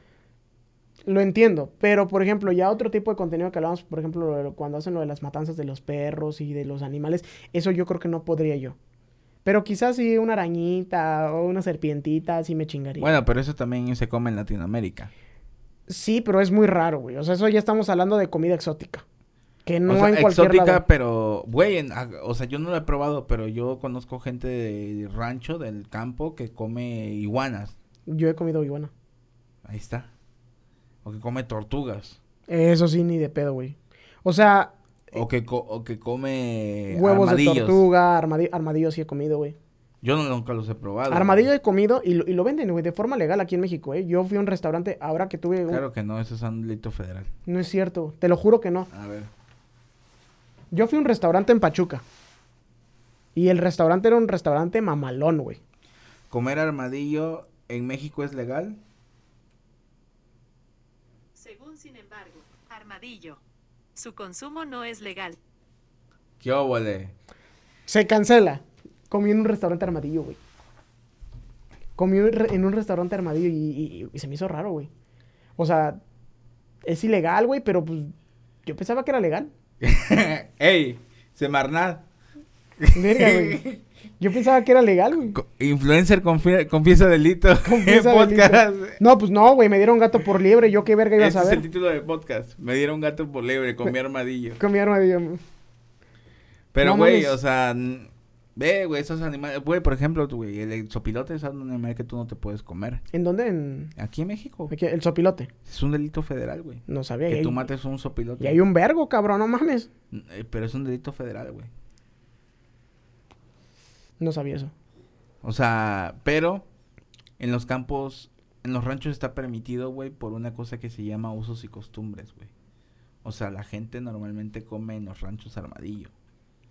[SPEAKER 1] Lo entiendo, pero por ejemplo, ya otro tipo de contenido que hablamos, por ejemplo, lo de lo- cuando hacen lo de las matanzas de los perros y de los animales, eso yo creo que no podría yo. Pero quizás sí una arañita o una serpientita, sí me chingaría.
[SPEAKER 2] Bueno, pero eso también se come en Latinoamérica.
[SPEAKER 1] Sí, pero es muy raro, güey. O sea, eso ya estamos hablando de comida exótica. Que no
[SPEAKER 2] o sea,
[SPEAKER 1] en cualquier
[SPEAKER 2] exótica,
[SPEAKER 1] lado.
[SPEAKER 2] pero, güey, en- ah, o sea, yo no lo he probado, pero yo conozco gente de rancho, del campo, que come iguanas.
[SPEAKER 1] Yo he comido iguana.
[SPEAKER 2] Ahí está. O que come tortugas.
[SPEAKER 1] Eso sí, ni de pedo, güey. O sea,
[SPEAKER 2] O que, co- o que come
[SPEAKER 1] huevos
[SPEAKER 2] Eh, armadillos.
[SPEAKER 1] de tortuga, armadi- armadillos sí he comido, güey.
[SPEAKER 2] Yo Ah, no, nunca los he probado. güey.
[SPEAKER 1] Armadillo he comido y lo, y lo venden, güey, de forma legal aquí en México, ¿eh? Yo fui a un restaurante ahora que tuve un...
[SPEAKER 2] Claro que no, eso es un delito federal.
[SPEAKER 1] No es cierto, te lo juro que no.
[SPEAKER 2] A ver.
[SPEAKER 1] Yo fui a un restaurante en Pachuca. Y el restaurante era un restaurante mamalón, güey.
[SPEAKER 2] ¿Comer armadillo en México es legal?
[SPEAKER 3] Según sin embargo, Armadillo. Su consumo no es legal.
[SPEAKER 2] ¿Qué óvole?
[SPEAKER 1] Se cancela. Comí en un restaurante armadillo, güey. Comí un re- en un restaurante armadillo y, y- y se me hizo raro, güey. O sea, es ilegal, güey, pero pues yo pensaba que era legal.
[SPEAKER 2] ¡Ey! Semarnat.
[SPEAKER 1] Verga, güey. Yo pensaba que era legal, güey.
[SPEAKER 2] co- Influencer confie- confiesa delito.
[SPEAKER 1] Confiesa
[SPEAKER 2] Podcast.
[SPEAKER 1] delito. No, pues no, güey, me dieron gato por liebre, yo qué verga iba
[SPEAKER 2] Ese
[SPEAKER 1] a
[SPEAKER 2] es
[SPEAKER 1] saber.
[SPEAKER 2] el título del podcast. Me dieron gato por liebre, comí armadillo.
[SPEAKER 1] Comí armadillo.
[SPEAKER 2] Pero,
[SPEAKER 1] No
[SPEAKER 2] güey,
[SPEAKER 1] mames.
[SPEAKER 2] o sea, n- ve, güey, esos animales. Güey, por ejemplo, tú, güey, el exopilote es un animal que tú no te puedes comer.
[SPEAKER 1] ¿En dónde? En...
[SPEAKER 2] Aquí en México.
[SPEAKER 1] aquí, el sopilote.
[SPEAKER 2] Es un delito federal, güey.
[SPEAKER 1] No sabía. y
[SPEAKER 2] Que
[SPEAKER 1] hay-
[SPEAKER 2] tú mates un sopilote.
[SPEAKER 1] y hay un vergo, cabrón, no mames.
[SPEAKER 2] Eh, Pero es un delito federal, güey.
[SPEAKER 1] No sabía eso.
[SPEAKER 2] O sea, pero en los campos, en los ranchos está permitido, güey, por una cosa que se llama usos y costumbres, güey. O sea, la gente normalmente come en los ranchos armadillo.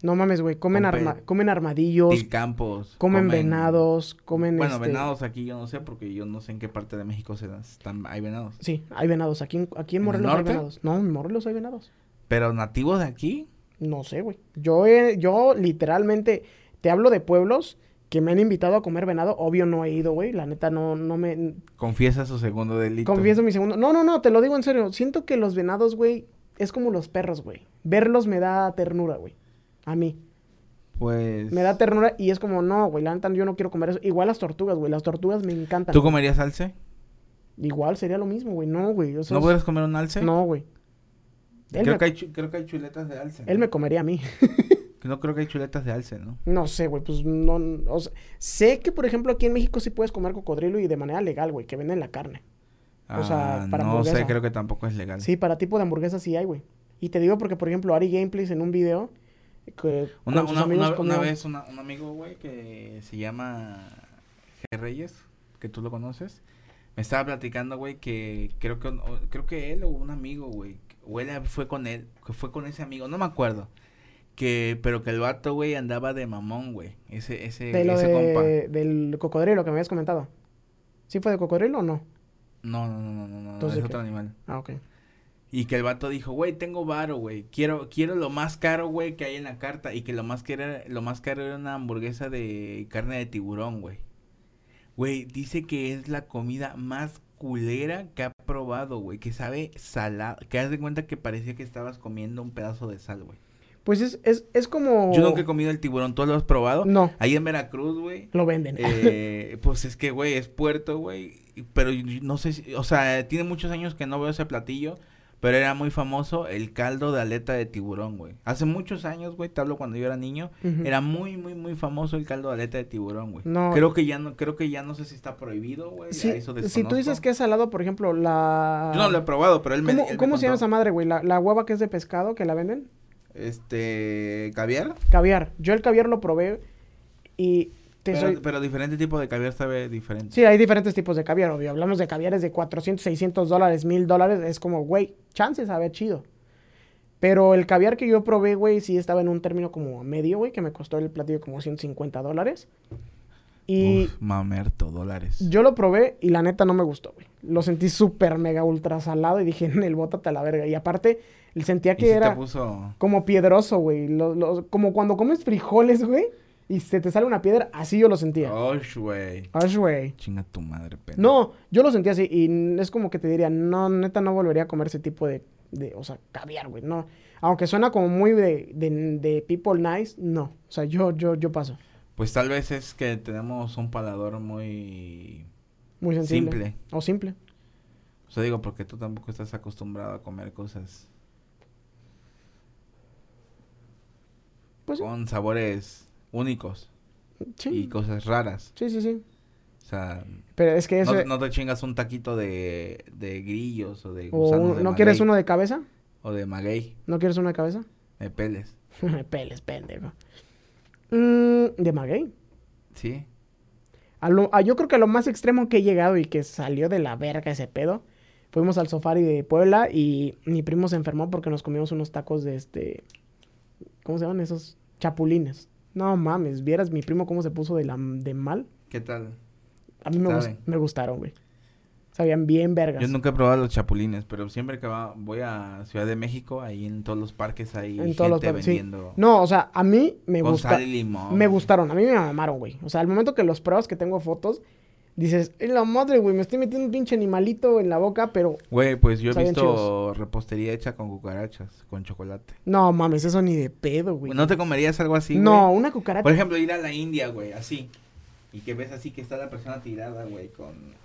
[SPEAKER 1] No mames, güey, comen,
[SPEAKER 2] Compe-
[SPEAKER 1] arma- comen armadillos,
[SPEAKER 2] Tilcampos.
[SPEAKER 1] comen venados, comen
[SPEAKER 2] Bueno,
[SPEAKER 1] este-
[SPEAKER 2] venados aquí yo no sé, porque yo no sé en qué parte de México se dan, están, hay venados.
[SPEAKER 1] Sí, hay venados. Aquí en, aquí en
[SPEAKER 2] ¿En el
[SPEAKER 1] Morelos hay
[SPEAKER 2] norte?
[SPEAKER 1] venados. No, en Morelos hay venados.
[SPEAKER 2] Pero nativos de aquí,
[SPEAKER 1] No sé, güey. Yo, he- yo literalmente te hablo de pueblos que me han invitado a comer venado. Obvio no he ido, güey. La neta no, no me...
[SPEAKER 2] confiesa su segundo delito.
[SPEAKER 1] Confieso mi segundo... No, no, no, te lo digo en serio. Siento que los venados, güey, es como los perros, güey. Verlos me da ternura, güey. A mí.
[SPEAKER 2] Pues.
[SPEAKER 1] Me da ternura y es como, no, güey, la neta yo no quiero comer eso. Igual las tortugas, güey. Las tortugas me encantan.
[SPEAKER 2] ¿Tú comerías alce?
[SPEAKER 1] Igual sería lo mismo, güey. No, güey. o sea,
[SPEAKER 2] ¿No
[SPEAKER 1] es-
[SPEAKER 2] podrías comer un alce?
[SPEAKER 1] No, güey. Él
[SPEAKER 2] Creo,
[SPEAKER 1] me-
[SPEAKER 2] que hay, chu- creo que hay chuletas de alce.
[SPEAKER 1] Él
[SPEAKER 2] ¿no?
[SPEAKER 1] me comería a mí.
[SPEAKER 2] Que No creo que hay chuletas de alce, ¿no?
[SPEAKER 1] No sé, güey, pues no, o sea, sé que por ejemplo aquí en México sí puedes comer cocodrilo y de manera legal, güey, que venden la carne. O sea,
[SPEAKER 2] Ah,
[SPEAKER 1] para
[SPEAKER 2] no sé,
[SPEAKER 1] hamburguesa.
[SPEAKER 2] creo que tampoco es legal.
[SPEAKER 1] Sí, para tipo de hamburguesa sí hay, güey. Y te digo porque por ejemplo Ari Gameplays en un video que
[SPEAKER 2] Una,
[SPEAKER 1] con sus
[SPEAKER 2] una-
[SPEAKER 1] amigos
[SPEAKER 2] una-
[SPEAKER 1] comía-
[SPEAKER 2] una vez una- un amigo, güey, que se llama G. Reyes, que tú lo conoces, me estaba platicando, güey, que creo que o- creo que él o un amigo, güey, o él fue con él, que fue con ese amigo, no me acuerdo. Que, pero que el vato, güey, andaba de mamón, güey. Ese, ese,
[SPEAKER 1] de lo
[SPEAKER 2] eh, ese compa.
[SPEAKER 1] de- del cocodrilo que me habías comentado. ¿Sí fue de cocodrilo o no?
[SPEAKER 2] No, no, no, no, no, no,
[SPEAKER 1] Entonces,
[SPEAKER 2] es
[SPEAKER 1] ¿qué?
[SPEAKER 2] otro animal.
[SPEAKER 1] Ah, ok.
[SPEAKER 2] Y que el vato dijo, güey, tengo varo, güey. Quiero, quiero lo más caro, güey, que hay en la carta. Y que lo más, que era, lo más caro era una hamburguesa de carne de tiburón, güey. Güey, dice que es la comida más culera que ha probado, güey. Que sabe salada. Que haz de cuenta que parecía que estabas comiendo un pedazo de sal, güey.
[SPEAKER 1] Pues es, es, es como...
[SPEAKER 2] Yo nunca he comido el tiburón. ¿Tú lo has probado?
[SPEAKER 1] Oh. No,
[SPEAKER 2] Ahí en Veracruz, güey.
[SPEAKER 1] lo venden.
[SPEAKER 2] Eh, pues es que, güey, es puerto, güey. y- Pero yo no sé, si- o sea, tiene muchos años que no veo ese platillo. Pero era muy famoso el caldo de aleta de tiburón, güey. Hace muchos años, güey, te hablo cuando yo era niño.
[SPEAKER 1] Ujú.
[SPEAKER 2] Era muy, muy, muy famoso el caldo de aleta de tiburón, güey.
[SPEAKER 1] No.
[SPEAKER 2] Creo que ya no, creo que ya no sé si está prohibido, güey.
[SPEAKER 1] Sí,
[SPEAKER 2] a eso
[SPEAKER 1] si tú dices
[SPEAKER 2] desconozco.
[SPEAKER 1] que es salado, por ejemplo, la...
[SPEAKER 2] Yo no lo he probado, pero él me
[SPEAKER 1] ¿Cómo,
[SPEAKER 2] él me
[SPEAKER 1] cómo se llama
[SPEAKER 2] contó.
[SPEAKER 1] esa madre, güey? La, la guava que es de pescado que la venden.
[SPEAKER 2] Este, caviar.
[SPEAKER 1] Caviar. Yo el caviar lo probé y te
[SPEAKER 2] Pero,
[SPEAKER 1] soy-
[SPEAKER 2] pero diferente tipo de caviar sabe diferente.
[SPEAKER 1] Sí, hay diferentes tipos de caviar, obvio. Hablamos de caviares de 400, 600 dólares, 1000 dólares. Es como, güey, chances, a ver, chido. Pero el caviar que yo probé, güey, sí estaba en un término como a medio, güey, que me costó el platillo como 150 dólares. Y
[SPEAKER 2] Uf, mamerto, dólares.
[SPEAKER 1] yo lo probé y la neta no me gustó, güey. Lo sentí súper mega ultra salado y dije, en el bótate a la verga. Y aparte, sentía
[SPEAKER 2] Y
[SPEAKER 1] que
[SPEAKER 2] sí
[SPEAKER 1] era.
[SPEAKER 2] te puso...
[SPEAKER 1] Como piedroso, güey. Lo- lo- como cuando comes frijoles, güey, y se te sale una piedra, así yo lo sentía.
[SPEAKER 2] Osh, güey.
[SPEAKER 1] Ash, güey.
[SPEAKER 2] Chinga tu madre, pendejo.
[SPEAKER 1] No, yo lo sentía así y n- es como que te diría, no, neta, no volvería a comer ese tipo de, de o sea, caviar, güey, no. Aunque suena como muy de, de, de people nice, no. O sea, yo, yo, yo paso.
[SPEAKER 2] Pues tal vez es que tenemos un palador muy...
[SPEAKER 1] Muy sensible.
[SPEAKER 2] Simple.
[SPEAKER 1] O simple.
[SPEAKER 2] O sea, digo, porque tú tampoco estás acostumbrado a comer cosas
[SPEAKER 1] Pues sí.
[SPEAKER 2] con sabores únicos y
[SPEAKER 1] Sí.
[SPEAKER 2] cosas raras.
[SPEAKER 1] Sí, sí, sí.
[SPEAKER 2] O sea,
[SPEAKER 1] Pero es que eso...
[SPEAKER 2] no, te- no te chingas un taquito de, de grillos o de
[SPEAKER 1] o
[SPEAKER 2] gusanos
[SPEAKER 1] un-
[SPEAKER 2] de
[SPEAKER 1] ¿No quieres
[SPEAKER 2] maguey
[SPEAKER 1] uno de cabeza?
[SPEAKER 2] O de maguey,
[SPEAKER 1] ¿No quieres uno de cabeza?
[SPEAKER 2] de peles,
[SPEAKER 1] Peles, pendejo. Mm, ¿De maguey?
[SPEAKER 2] ¿sí?
[SPEAKER 1] A lo- a- yo creo que a lo más extremo que he llegado y que salió de la verga ese pedo, fuimos al safari de Puebla y mi primo se enfermó porque nos comimos unos tacos de este. ¿Cómo se llaman esos? Chapulines. No mames, vieras mi primo cómo se puso de, la, de mal.
[SPEAKER 2] ¿Qué tal?
[SPEAKER 1] A mí me, gus-
[SPEAKER 2] Saben.
[SPEAKER 1] me gustaron, güey. Sabían bien vergas.
[SPEAKER 2] Yo nunca he probado los chapulines, pero siempre que va- voy a Ciudad de México, ahí en todos los parques hay
[SPEAKER 1] En
[SPEAKER 2] gente
[SPEAKER 1] todos los par- sí.
[SPEAKER 2] vendiendo
[SPEAKER 1] No, o sea, a mí me
[SPEAKER 2] con
[SPEAKER 1] gusta.
[SPEAKER 2] sal y limón.
[SPEAKER 1] Me gustaron, a mí me mamaron, güey. O sea, al momento que los pruebas que tengo fotos, dices, "Es la madre, güey, me estoy metiendo un pinche animalito en la boca, pero
[SPEAKER 2] Güey, pues yo he
[SPEAKER 1] Saben
[SPEAKER 2] visto
[SPEAKER 1] chidos.
[SPEAKER 2] repostería hecha con cucarachas, con chocolate.
[SPEAKER 1] no mames, eso ni de pedo, güey.
[SPEAKER 2] ¿No te comerías algo así?
[SPEAKER 1] no,
[SPEAKER 2] güey?
[SPEAKER 1] una cucaracha.
[SPEAKER 2] Por ejemplo, ir a la India, güey, así. Y que ves así que está la persona tirada, güey, con.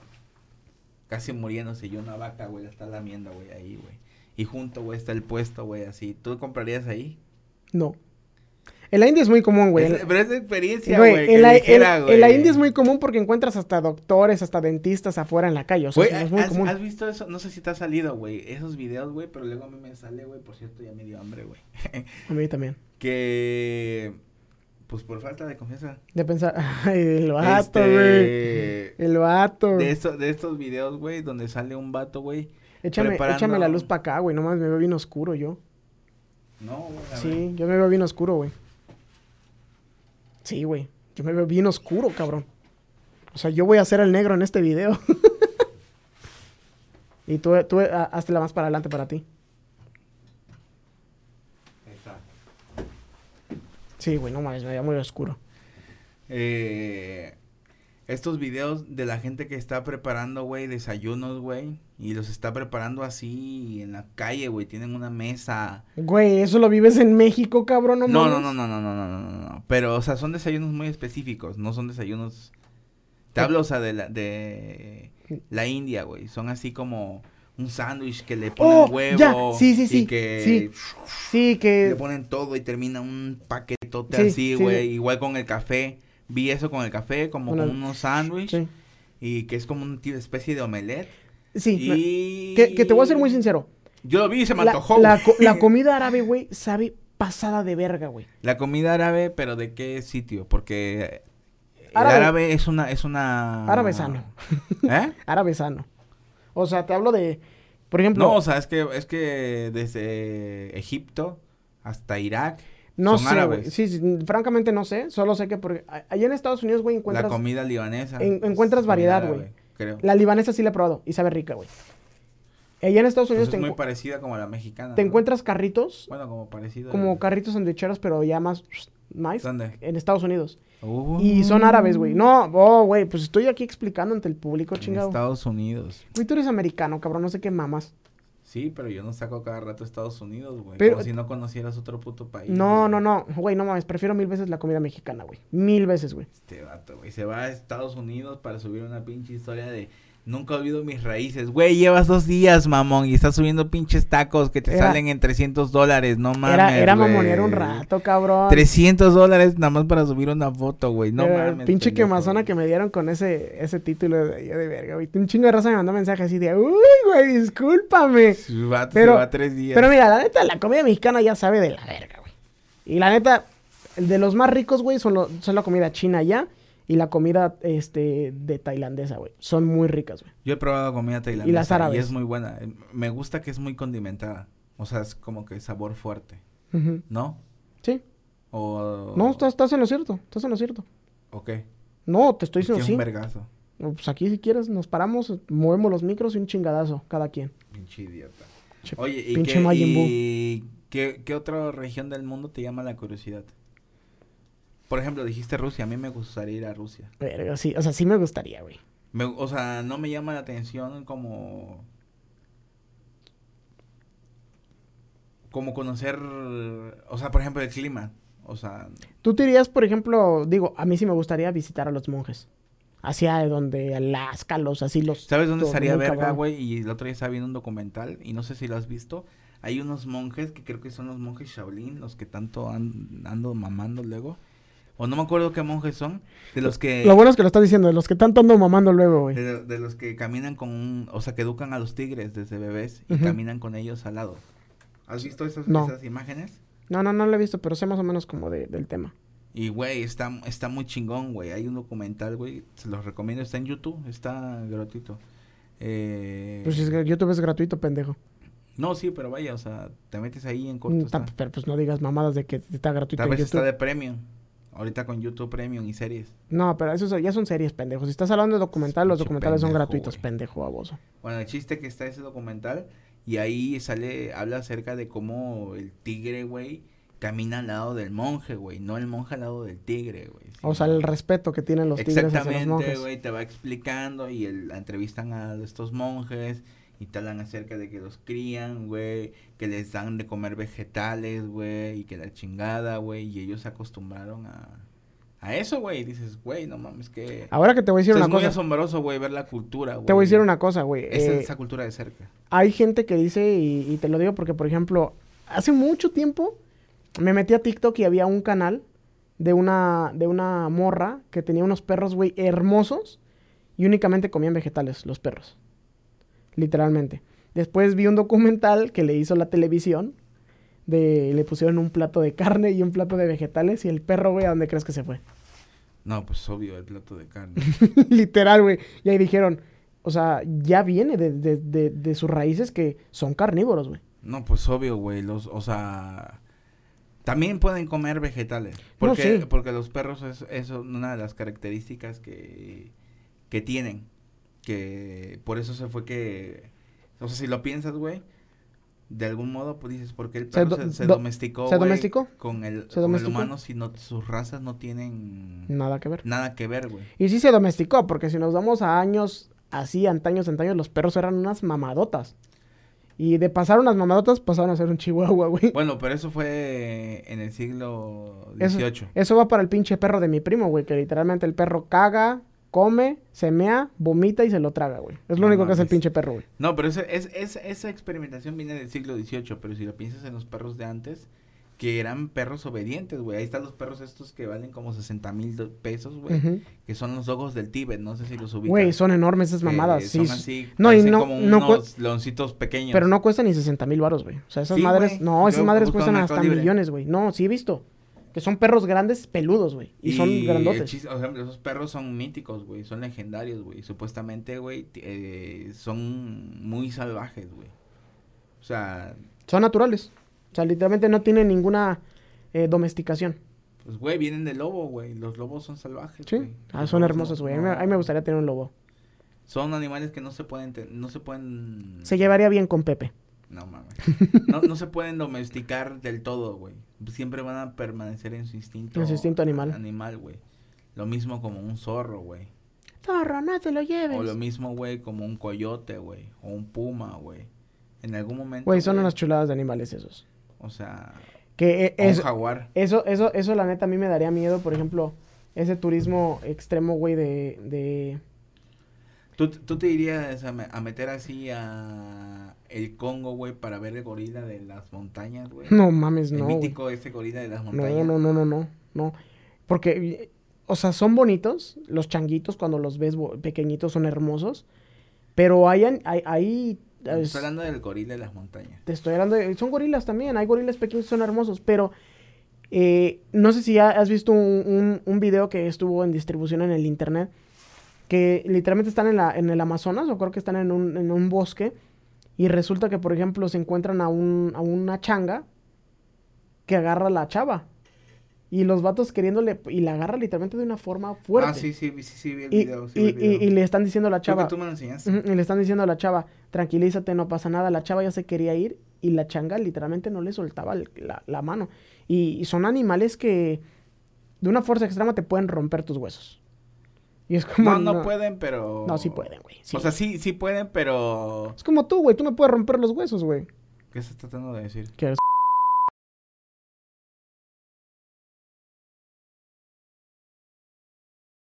[SPEAKER 2] casi muriéndose. Y una vaca, güey, la está lamiendo, güey, ahí, güey. Y junto, güey, está el puesto, güey, así. ¿Tú comprarías ahí?
[SPEAKER 1] No. En la India es muy común, güey.
[SPEAKER 2] Es-
[SPEAKER 1] En-
[SPEAKER 2] pero es de experiencia,
[SPEAKER 1] güey,
[SPEAKER 2] güey. que
[SPEAKER 1] en, la,
[SPEAKER 2] dijera,
[SPEAKER 1] en-
[SPEAKER 2] güey.
[SPEAKER 1] en la India es muy común porque encuentras hasta doctores, hasta dentistas afuera en la calle. O sea,
[SPEAKER 2] Güey,
[SPEAKER 1] es muy
[SPEAKER 2] ¿has,
[SPEAKER 1] común.
[SPEAKER 2] has visto eso? No sé si te ha salido, güey, esos videos, güey, pero luego a mí me sale, güey, por cierto, ya me dio hambre, güey.
[SPEAKER 1] A mí también.
[SPEAKER 2] Que. Pues por falta de confianza.
[SPEAKER 1] De pensar, ay, el vato, güey.
[SPEAKER 2] Este,
[SPEAKER 1] El vato.
[SPEAKER 2] de, estos, de estos videos, güey, donde sale un vato, güey.
[SPEAKER 1] échame,
[SPEAKER 2] preparando-
[SPEAKER 1] échame la luz para acá, güey. Nomás me veo bien oscuro yo.
[SPEAKER 2] No, güey. a ver.
[SPEAKER 1] Sí, yo me veo bien oscuro, güey. Sí, güey. Yo me veo bien oscuro, cabrón. O sea, yo voy a ser el negro en este video. y tú, tú ah, hazte la más para adelante para ti.
[SPEAKER 2] Ahí está.
[SPEAKER 1] Sí, güey, no mames, me veía muy oscuro.
[SPEAKER 2] Eh, estos videos de la gente que está preparando, güey, desayunos, güey. Y los está preparando así en la calle, güey. Tienen una mesa.
[SPEAKER 1] Güey, eso lo vives en México, cabrón, no
[SPEAKER 2] No, no,
[SPEAKER 1] mames?
[SPEAKER 2] no, no, no, no, no, no, no, no. Pero, o sea, son desayunos muy específicos, no son desayunos. Te hablo, o sea, de la, de la India, güey. Son así como un sándwich que le ponen
[SPEAKER 1] Oh,
[SPEAKER 2] huevo.
[SPEAKER 1] ya, sí, sí,
[SPEAKER 2] Y
[SPEAKER 1] sí,
[SPEAKER 2] que
[SPEAKER 1] sí. Sí,
[SPEAKER 2] le
[SPEAKER 1] que
[SPEAKER 2] ponen todo y termina un paquete mitote
[SPEAKER 1] Sí,
[SPEAKER 2] así,
[SPEAKER 1] sí,
[SPEAKER 2] güey.
[SPEAKER 1] sí.
[SPEAKER 2] Igual con el café. Vi eso con el café, como
[SPEAKER 1] Con
[SPEAKER 2] con,
[SPEAKER 1] el-
[SPEAKER 2] unos sándwiches.
[SPEAKER 1] Sí.
[SPEAKER 2] Y que es como una ti- especie de omelette.
[SPEAKER 1] Sí, me-
[SPEAKER 2] y...
[SPEAKER 1] que, que te voy a ser muy sincero.
[SPEAKER 2] Yo lo vi y se me
[SPEAKER 1] La,
[SPEAKER 2] antojó.
[SPEAKER 1] la
[SPEAKER 2] güey.
[SPEAKER 1] co- la comida árabe, güey, sabe pasada de verga, güey.
[SPEAKER 2] La comida árabe, pero ¿de qué sitio? Porque eh, el
[SPEAKER 1] Árabe.
[SPEAKER 2] árabe, es una es una
[SPEAKER 1] Árabe sano.
[SPEAKER 2] ¿Eh?
[SPEAKER 1] Árabe sano. O sea, te hablo de, por ejemplo,
[SPEAKER 2] No, o sea, es que es que desde Egipto hasta Irak
[SPEAKER 1] no
[SPEAKER 2] son
[SPEAKER 1] sé, güey.
[SPEAKER 2] árabes.
[SPEAKER 1] Sí, sí, francamente no sé. Solo sé que porque a- allá en Estados Unidos, güey,
[SPEAKER 2] la
[SPEAKER 1] encuentras
[SPEAKER 2] comida libanesa.
[SPEAKER 1] en-
[SPEAKER 2] es
[SPEAKER 1] encuentras
[SPEAKER 2] comida
[SPEAKER 1] variedad,
[SPEAKER 2] árabe,
[SPEAKER 1] güey.
[SPEAKER 2] Creo.
[SPEAKER 1] la libanesa sí la he probado y sabe rica, güey. Allá en Estados
[SPEAKER 2] Pues
[SPEAKER 1] Unidos
[SPEAKER 2] es
[SPEAKER 1] te,
[SPEAKER 2] muy
[SPEAKER 1] encu-
[SPEAKER 2] parecida como a la mexicana.
[SPEAKER 1] te
[SPEAKER 2] ¿no?
[SPEAKER 1] encuentras carritos,
[SPEAKER 2] Bueno, como parecido.
[SPEAKER 1] como carritos sandwicheros, pero ya más nice
[SPEAKER 2] ¿Dónde?
[SPEAKER 1] en Estados Unidos.
[SPEAKER 2] Uh,
[SPEAKER 1] Y son árabes, güey. No, oh, güey, pues estoy aquí explicando ante el público,
[SPEAKER 2] en
[SPEAKER 1] chingado.
[SPEAKER 2] Estados Unidos.
[SPEAKER 1] Güey, tú eres americano, cabrón, no sé qué mamas.
[SPEAKER 2] Sí, pero yo no saco cada rato Estados Unidos, güey.
[SPEAKER 1] Pero-
[SPEAKER 2] Como si no conocieras otro puto país.
[SPEAKER 1] No,
[SPEAKER 2] güey.
[SPEAKER 1] no, no, güey, no mames, prefiero mil veces la comida mexicana, güey. Mil veces, güey.
[SPEAKER 2] Este vato, güey, se va a Estados Unidos para subir una pinche historia de nunca olvido mis raíces. Güey, llevas dos días, mamón, y estás subiendo pinches tacos que te
[SPEAKER 1] Era-
[SPEAKER 2] salen en 300 dólares, no mames,
[SPEAKER 1] Era, era
[SPEAKER 2] güey.
[SPEAKER 1] mamonear un rato, cabrón.
[SPEAKER 2] 300 dólares nada más para subir una foto, güey, no
[SPEAKER 1] Eh,
[SPEAKER 2] mames.
[SPEAKER 1] Pinche
[SPEAKER 2] pendejo,
[SPEAKER 1] quemazona
[SPEAKER 2] güey.
[SPEAKER 1] que me dieron con ese, ese título de, yo de verga, güey. Un chingo de raza me mandó mensajes así de, uy, güey, discúlpame.
[SPEAKER 2] Su vato
[SPEAKER 1] Pero-
[SPEAKER 2] se va tres días.
[SPEAKER 1] Pero mira, la neta, la comida mexicana ya sabe de la verga, güey. Y la neta, el de los más ricos, güey, son, lo- son la comida china ya y la comida este, de tailandesa, güey. Son muy ricas, güey.
[SPEAKER 2] Yo he probado comida tailandesa
[SPEAKER 1] las árabes.
[SPEAKER 2] y es muy buena. Eh, Me gusta que es muy condimentada. O sea, es como que sabor fuerte,
[SPEAKER 1] Ujú.
[SPEAKER 2] ¿no?
[SPEAKER 1] Sí.
[SPEAKER 2] O
[SPEAKER 1] No, estás, estás en lo cierto, estás en lo cierto.
[SPEAKER 2] ¿O qué?
[SPEAKER 1] No, te estoy
[SPEAKER 2] Es que
[SPEAKER 1] diciendo
[SPEAKER 2] es
[SPEAKER 1] sí.
[SPEAKER 2] un vergazo.
[SPEAKER 1] No, Pues aquí si quieres nos paramos, movemos los micros y un chingadazo cada quien.
[SPEAKER 2] Pinche idiota.
[SPEAKER 1] Che,
[SPEAKER 2] Oye, ¿y,
[SPEAKER 1] pinche
[SPEAKER 2] qué,
[SPEAKER 1] Majin Buu.
[SPEAKER 2] y qué, qué otra región del mundo te llama la curiosidad? Por ejemplo, dijiste Rusia, a mí me gustaría ir a Rusia.
[SPEAKER 1] Verga, sí, o sea, sí me gustaría, güey.
[SPEAKER 2] Me- o sea, no me llama la atención como... Como conocer, o sea, por ejemplo, el clima. O sea,
[SPEAKER 1] Tú te irías, por ejemplo, digo, a mí sí me gustaría visitar a los monjes. Hacia donde Alaska, los así los.
[SPEAKER 2] ¿sabes dónde
[SPEAKER 1] los
[SPEAKER 2] estaría
[SPEAKER 1] muy
[SPEAKER 2] verga,
[SPEAKER 1] cabrón.
[SPEAKER 2] güey? Y el otro día estaba viendo un documental y no sé si lo has visto. Hay unos monjes que creo que son los monjes Shaolin, los que tanto an- ando mamando luego. O no me acuerdo qué monjes son, de los que...
[SPEAKER 1] Lo bueno es que lo estás diciendo, de los que tanto ando mamando luego, güey.
[SPEAKER 2] De, de los que caminan con un... O sea, que educan a los tigres desde bebés y
[SPEAKER 1] Ujú.
[SPEAKER 2] caminan con ellos al lado. ¿Has visto esas,
[SPEAKER 1] No.
[SPEAKER 2] esas imágenes?
[SPEAKER 1] No, no, no lo he visto, pero sé más o menos como de- del tema.
[SPEAKER 2] Y, güey, está, está muy chingón, güey. Hay un documental, güey. Se los recomiendo. Está en YouTube. Está gratuito. Eh,
[SPEAKER 1] Pues es que YouTube es gratuito, pendejo.
[SPEAKER 2] No, sí, pero vaya, o sea, te metes ahí en corto.
[SPEAKER 1] Mm,
[SPEAKER 2] está.
[SPEAKER 1] tam- Pero pues no digas mamadas de que está gratuito
[SPEAKER 2] Tal
[SPEAKER 1] en
[SPEAKER 2] vez está
[SPEAKER 1] YouTube.
[SPEAKER 2] de premium. Ahorita con YouTube Premium y series.
[SPEAKER 1] No, pero eso son- ya son series, pendejo. Si estás hablando de documentales, los
[SPEAKER 2] Pinche
[SPEAKER 1] documentales son
[SPEAKER 2] pendejo,
[SPEAKER 1] gratuitos,
[SPEAKER 2] güey.
[SPEAKER 1] pendejo baboso.
[SPEAKER 2] Bueno, el chiste que está ese documental y ahí sale, habla acerca de cómo el tigre, güey, camina al lado del monje, güey, no el monje al lado del tigre, güey.
[SPEAKER 1] O
[SPEAKER 2] sino-
[SPEAKER 1] sea, el respeto que tienen los tigres hacia los
[SPEAKER 2] Exactamente,
[SPEAKER 1] monjes.
[SPEAKER 2] güey, te va explicando y el, la entrevistan a estos monjes y te hablan acerca de que los crían, güey, que les dan de comer vegetales, güey, y que la chingada, güey, y ellos se acostumbraron a, a eso, güey, y dices, güey, no mames, que...
[SPEAKER 1] Ahora que te Ah, voy a
[SPEAKER 2] O sea,
[SPEAKER 1] decir
[SPEAKER 2] es
[SPEAKER 1] una
[SPEAKER 2] muy
[SPEAKER 1] cosa.
[SPEAKER 2] asombroso, güey, ver la cultura, güey.
[SPEAKER 1] Te voy a decir una cosa, güey.
[SPEAKER 2] Esa,
[SPEAKER 1] Eh,
[SPEAKER 2] esa cultura de cerca.
[SPEAKER 1] hay gente que dice, y, y te lo digo porque, por ejemplo, hace mucho tiempo me metí a TikTok y había un canal de una, de una morra que tenía unos perros, güey, hermosos y únicamente comían vegetales los perros. Literalmente. Después vi un documental que le hizo la televisión. De, le pusieron un plato de carne y un plato de vegetales y el perro, güey, ¿a dónde crees que se fue?
[SPEAKER 2] No, pues obvio, el plato de carne.
[SPEAKER 1] Literal, güey. Y ahí dijeron, o sea, ya viene de, de- de- de sus raíces que son carnívoros, güey.
[SPEAKER 2] No, pues obvio, güey. Los, o sea, también pueden comer vegetales. Porque,
[SPEAKER 1] sí.
[SPEAKER 2] porque los perros es, es una de las características que, que tienen. Que por eso se fue que. O sea, si lo piensas, güey. De algún modo, pues dices, porque el
[SPEAKER 1] Se
[SPEAKER 2] perro
[SPEAKER 1] do-
[SPEAKER 2] se, se
[SPEAKER 1] do-
[SPEAKER 2] domesticó.
[SPEAKER 1] ¿se
[SPEAKER 2] güey,
[SPEAKER 1] domesticó?
[SPEAKER 2] Con el,
[SPEAKER 1] ¿Se
[SPEAKER 2] con el
[SPEAKER 1] domesticó?
[SPEAKER 2] humano, si no, sus razas no tienen
[SPEAKER 1] Nada que ver.
[SPEAKER 2] nada que ver, güey.
[SPEAKER 1] Y sí se domesticó, porque si nos vamos a años así, antaños, antaños, los perros eran unas mamadotas. Y de pasar unas mamadotas, pasaron a ser un chihuahua, güey.
[SPEAKER 2] Bueno, pero eso fue en el siglo
[SPEAKER 1] Eso,
[SPEAKER 2] XVIII.
[SPEAKER 1] eso va para el pinche perro de mi primo, güey, que literalmente el perro caga, come, se mea, vomita y se lo traga, güey. Es lo
[SPEAKER 2] No
[SPEAKER 1] único que hace el
[SPEAKER 2] mames.
[SPEAKER 1] pinche perro, güey.
[SPEAKER 2] No, pero ese- es, es- esa experimentación viene del siglo XVIII, pero si lo piensas en los perros de antes, que eran perros obedientes, güey. Ahí están los perros estos que valen como 60 mil pesos, güey.
[SPEAKER 1] Ujú.
[SPEAKER 2] Que son los ojos del Tíbet, no sé si los ubicas.
[SPEAKER 1] Güey, son enormes esas
[SPEAKER 2] Eh,
[SPEAKER 1] mamadas. sí,
[SPEAKER 2] son
[SPEAKER 1] sí.
[SPEAKER 2] así,
[SPEAKER 1] no, y
[SPEAKER 2] parecen
[SPEAKER 1] no,
[SPEAKER 2] como
[SPEAKER 1] no, cue-
[SPEAKER 2] unos leoncitos pequeños.
[SPEAKER 1] pero no cuestan ni 60 mil baros, güey. O sea, esas
[SPEAKER 2] Sí,
[SPEAKER 1] madres,
[SPEAKER 2] güey.
[SPEAKER 1] no, esas
[SPEAKER 2] Yo
[SPEAKER 1] madres
[SPEAKER 2] busco en
[SPEAKER 1] cuestan
[SPEAKER 2] Mercado
[SPEAKER 1] hasta
[SPEAKER 2] Libre.
[SPEAKER 1] millones, güey. No, sí he visto. Que son perros grandes, peludos, güey. Y, son
[SPEAKER 2] el
[SPEAKER 1] grandotes.
[SPEAKER 2] chis- o sea, esos perros son míticos, güey. Son legendarios, güey. Supuestamente, güey, t- eh, son muy salvajes, güey. O sea,
[SPEAKER 1] Son naturales. O sea, literalmente no tienen ninguna eh, domesticación.
[SPEAKER 2] pues, güey, vienen del lobo, güey. Los lobos son salvajes,
[SPEAKER 1] Sí.
[SPEAKER 2] güey.
[SPEAKER 1] Ah,
[SPEAKER 2] Los
[SPEAKER 1] son
[SPEAKER 2] lobos
[SPEAKER 1] hermosos,
[SPEAKER 2] no-
[SPEAKER 1] güey. A mí me-
[SPEAKER 2] no-
[SPEAKER 1] A mí me gustaría tener un lobo.
[SPEAKER 2] Son animales que no se pueden... te- No se pueden...
[SPEAKER 1] Se llevaría bien con Pepe.
[SPEAKER 2] No, mames. No, no se pueden domesticar del todo, güey. Siempre van a permanecer en su instinto...
[SPEAKER 1] En su instinto animal.
[SPEAKER 2] Animal, güey. Lo mismo como un zorro, güey.
[SPEAKER 1] Zorro, no te lo lleves.
[SPEAKER 2] O lo mismo, güey, como un coyote, güey. O un puma, güey. En algún momento.
[SPEAKER 1] Güey, son unas chuladas de animales esos.
[SPEAKER 2] O sea,
[SPEAKER 1] Que eh,
[SPEAKER 2] o un
[SPEAKER 1] es-
[SPEAKER 2] jaguar.
[SPEAKER 1] eso, eso, eso, la neta, a mí me daría miedo, por ejemplo, ese turismo extremo, güey, de, de...
[SPEAKER 2] ¿Tú, tú te irías a, me- a meter así a el Congo, güey, para ver el gorila de las montañas, güey?
[SPEAKER 1] No mames,
[SPEAKER 2] El
[SPEAKER 1] no, güey.
[SPEAKER 2] mítico ese gorila de las
[SPEAKER 1] No,
[SPEAKER 2] montañas.
[SPEAKER 1] no, no, no, no, no. Porque, eh, o sea, son bonitos, los changuitos cuando los ves bo- pequeñitos son hermosos, pero hay, an- hay, hay- es-
[SPEAKER 2] Estoy hablando del gorila de las montañas.
[SPEAKER 1] te estoy hablando, de- son gorilas también, hay gorilas pequeños que son hermosos, pero eh, no sé si ya has visto un, un- un video que estuvo en distribución en el internet, que literalmente están en, la, en el Amazonas, o creo que están en un, en un bosque, y resulta que, por ejemplo, se encuentran a, un, a una changa que agarra a la chava. Y los vatos queriéndole, y la agarra literalmente de una forma fuerte.
[SPEAKER 2] Ah, sí, sí, sí, sí, vi el
[SPEAKER 1] y,
[SPEAKER 2] video. Sí, vi
[SPEAKER 1] y-
[SPEAKER 2] el video.
[SPEAKER 1] y- y le están diciendo a la
[SPEAKER 2] Creo que
[SPEAKER 1] chava.
[SPEAKER 2] tú me lo enseñaste.
[SPEAKER 1] Ujú, Y le están diciendo a la chava, tranquilízate, no pasa nada. La chava ya se quería ir y la changa literalmente no le soltaba el- la, la mano. Y, y son animales que de una fuerza extrema te pueden romper tus huesos. Y es como...
[SPEAKER 2] No, no, pueden, pero.
[SPEAKER 1] No, sí pueden, güey. sí.
[SPEAKER 2] O sea, sí, sí pueden, pero.
[SPEAKER 1] es como tú, güey. Tú me puedes romper los huesos, güey.
[SPEAKER 2] ¿Qué estás tratando de decir?
[SPEAKER 1] Que eres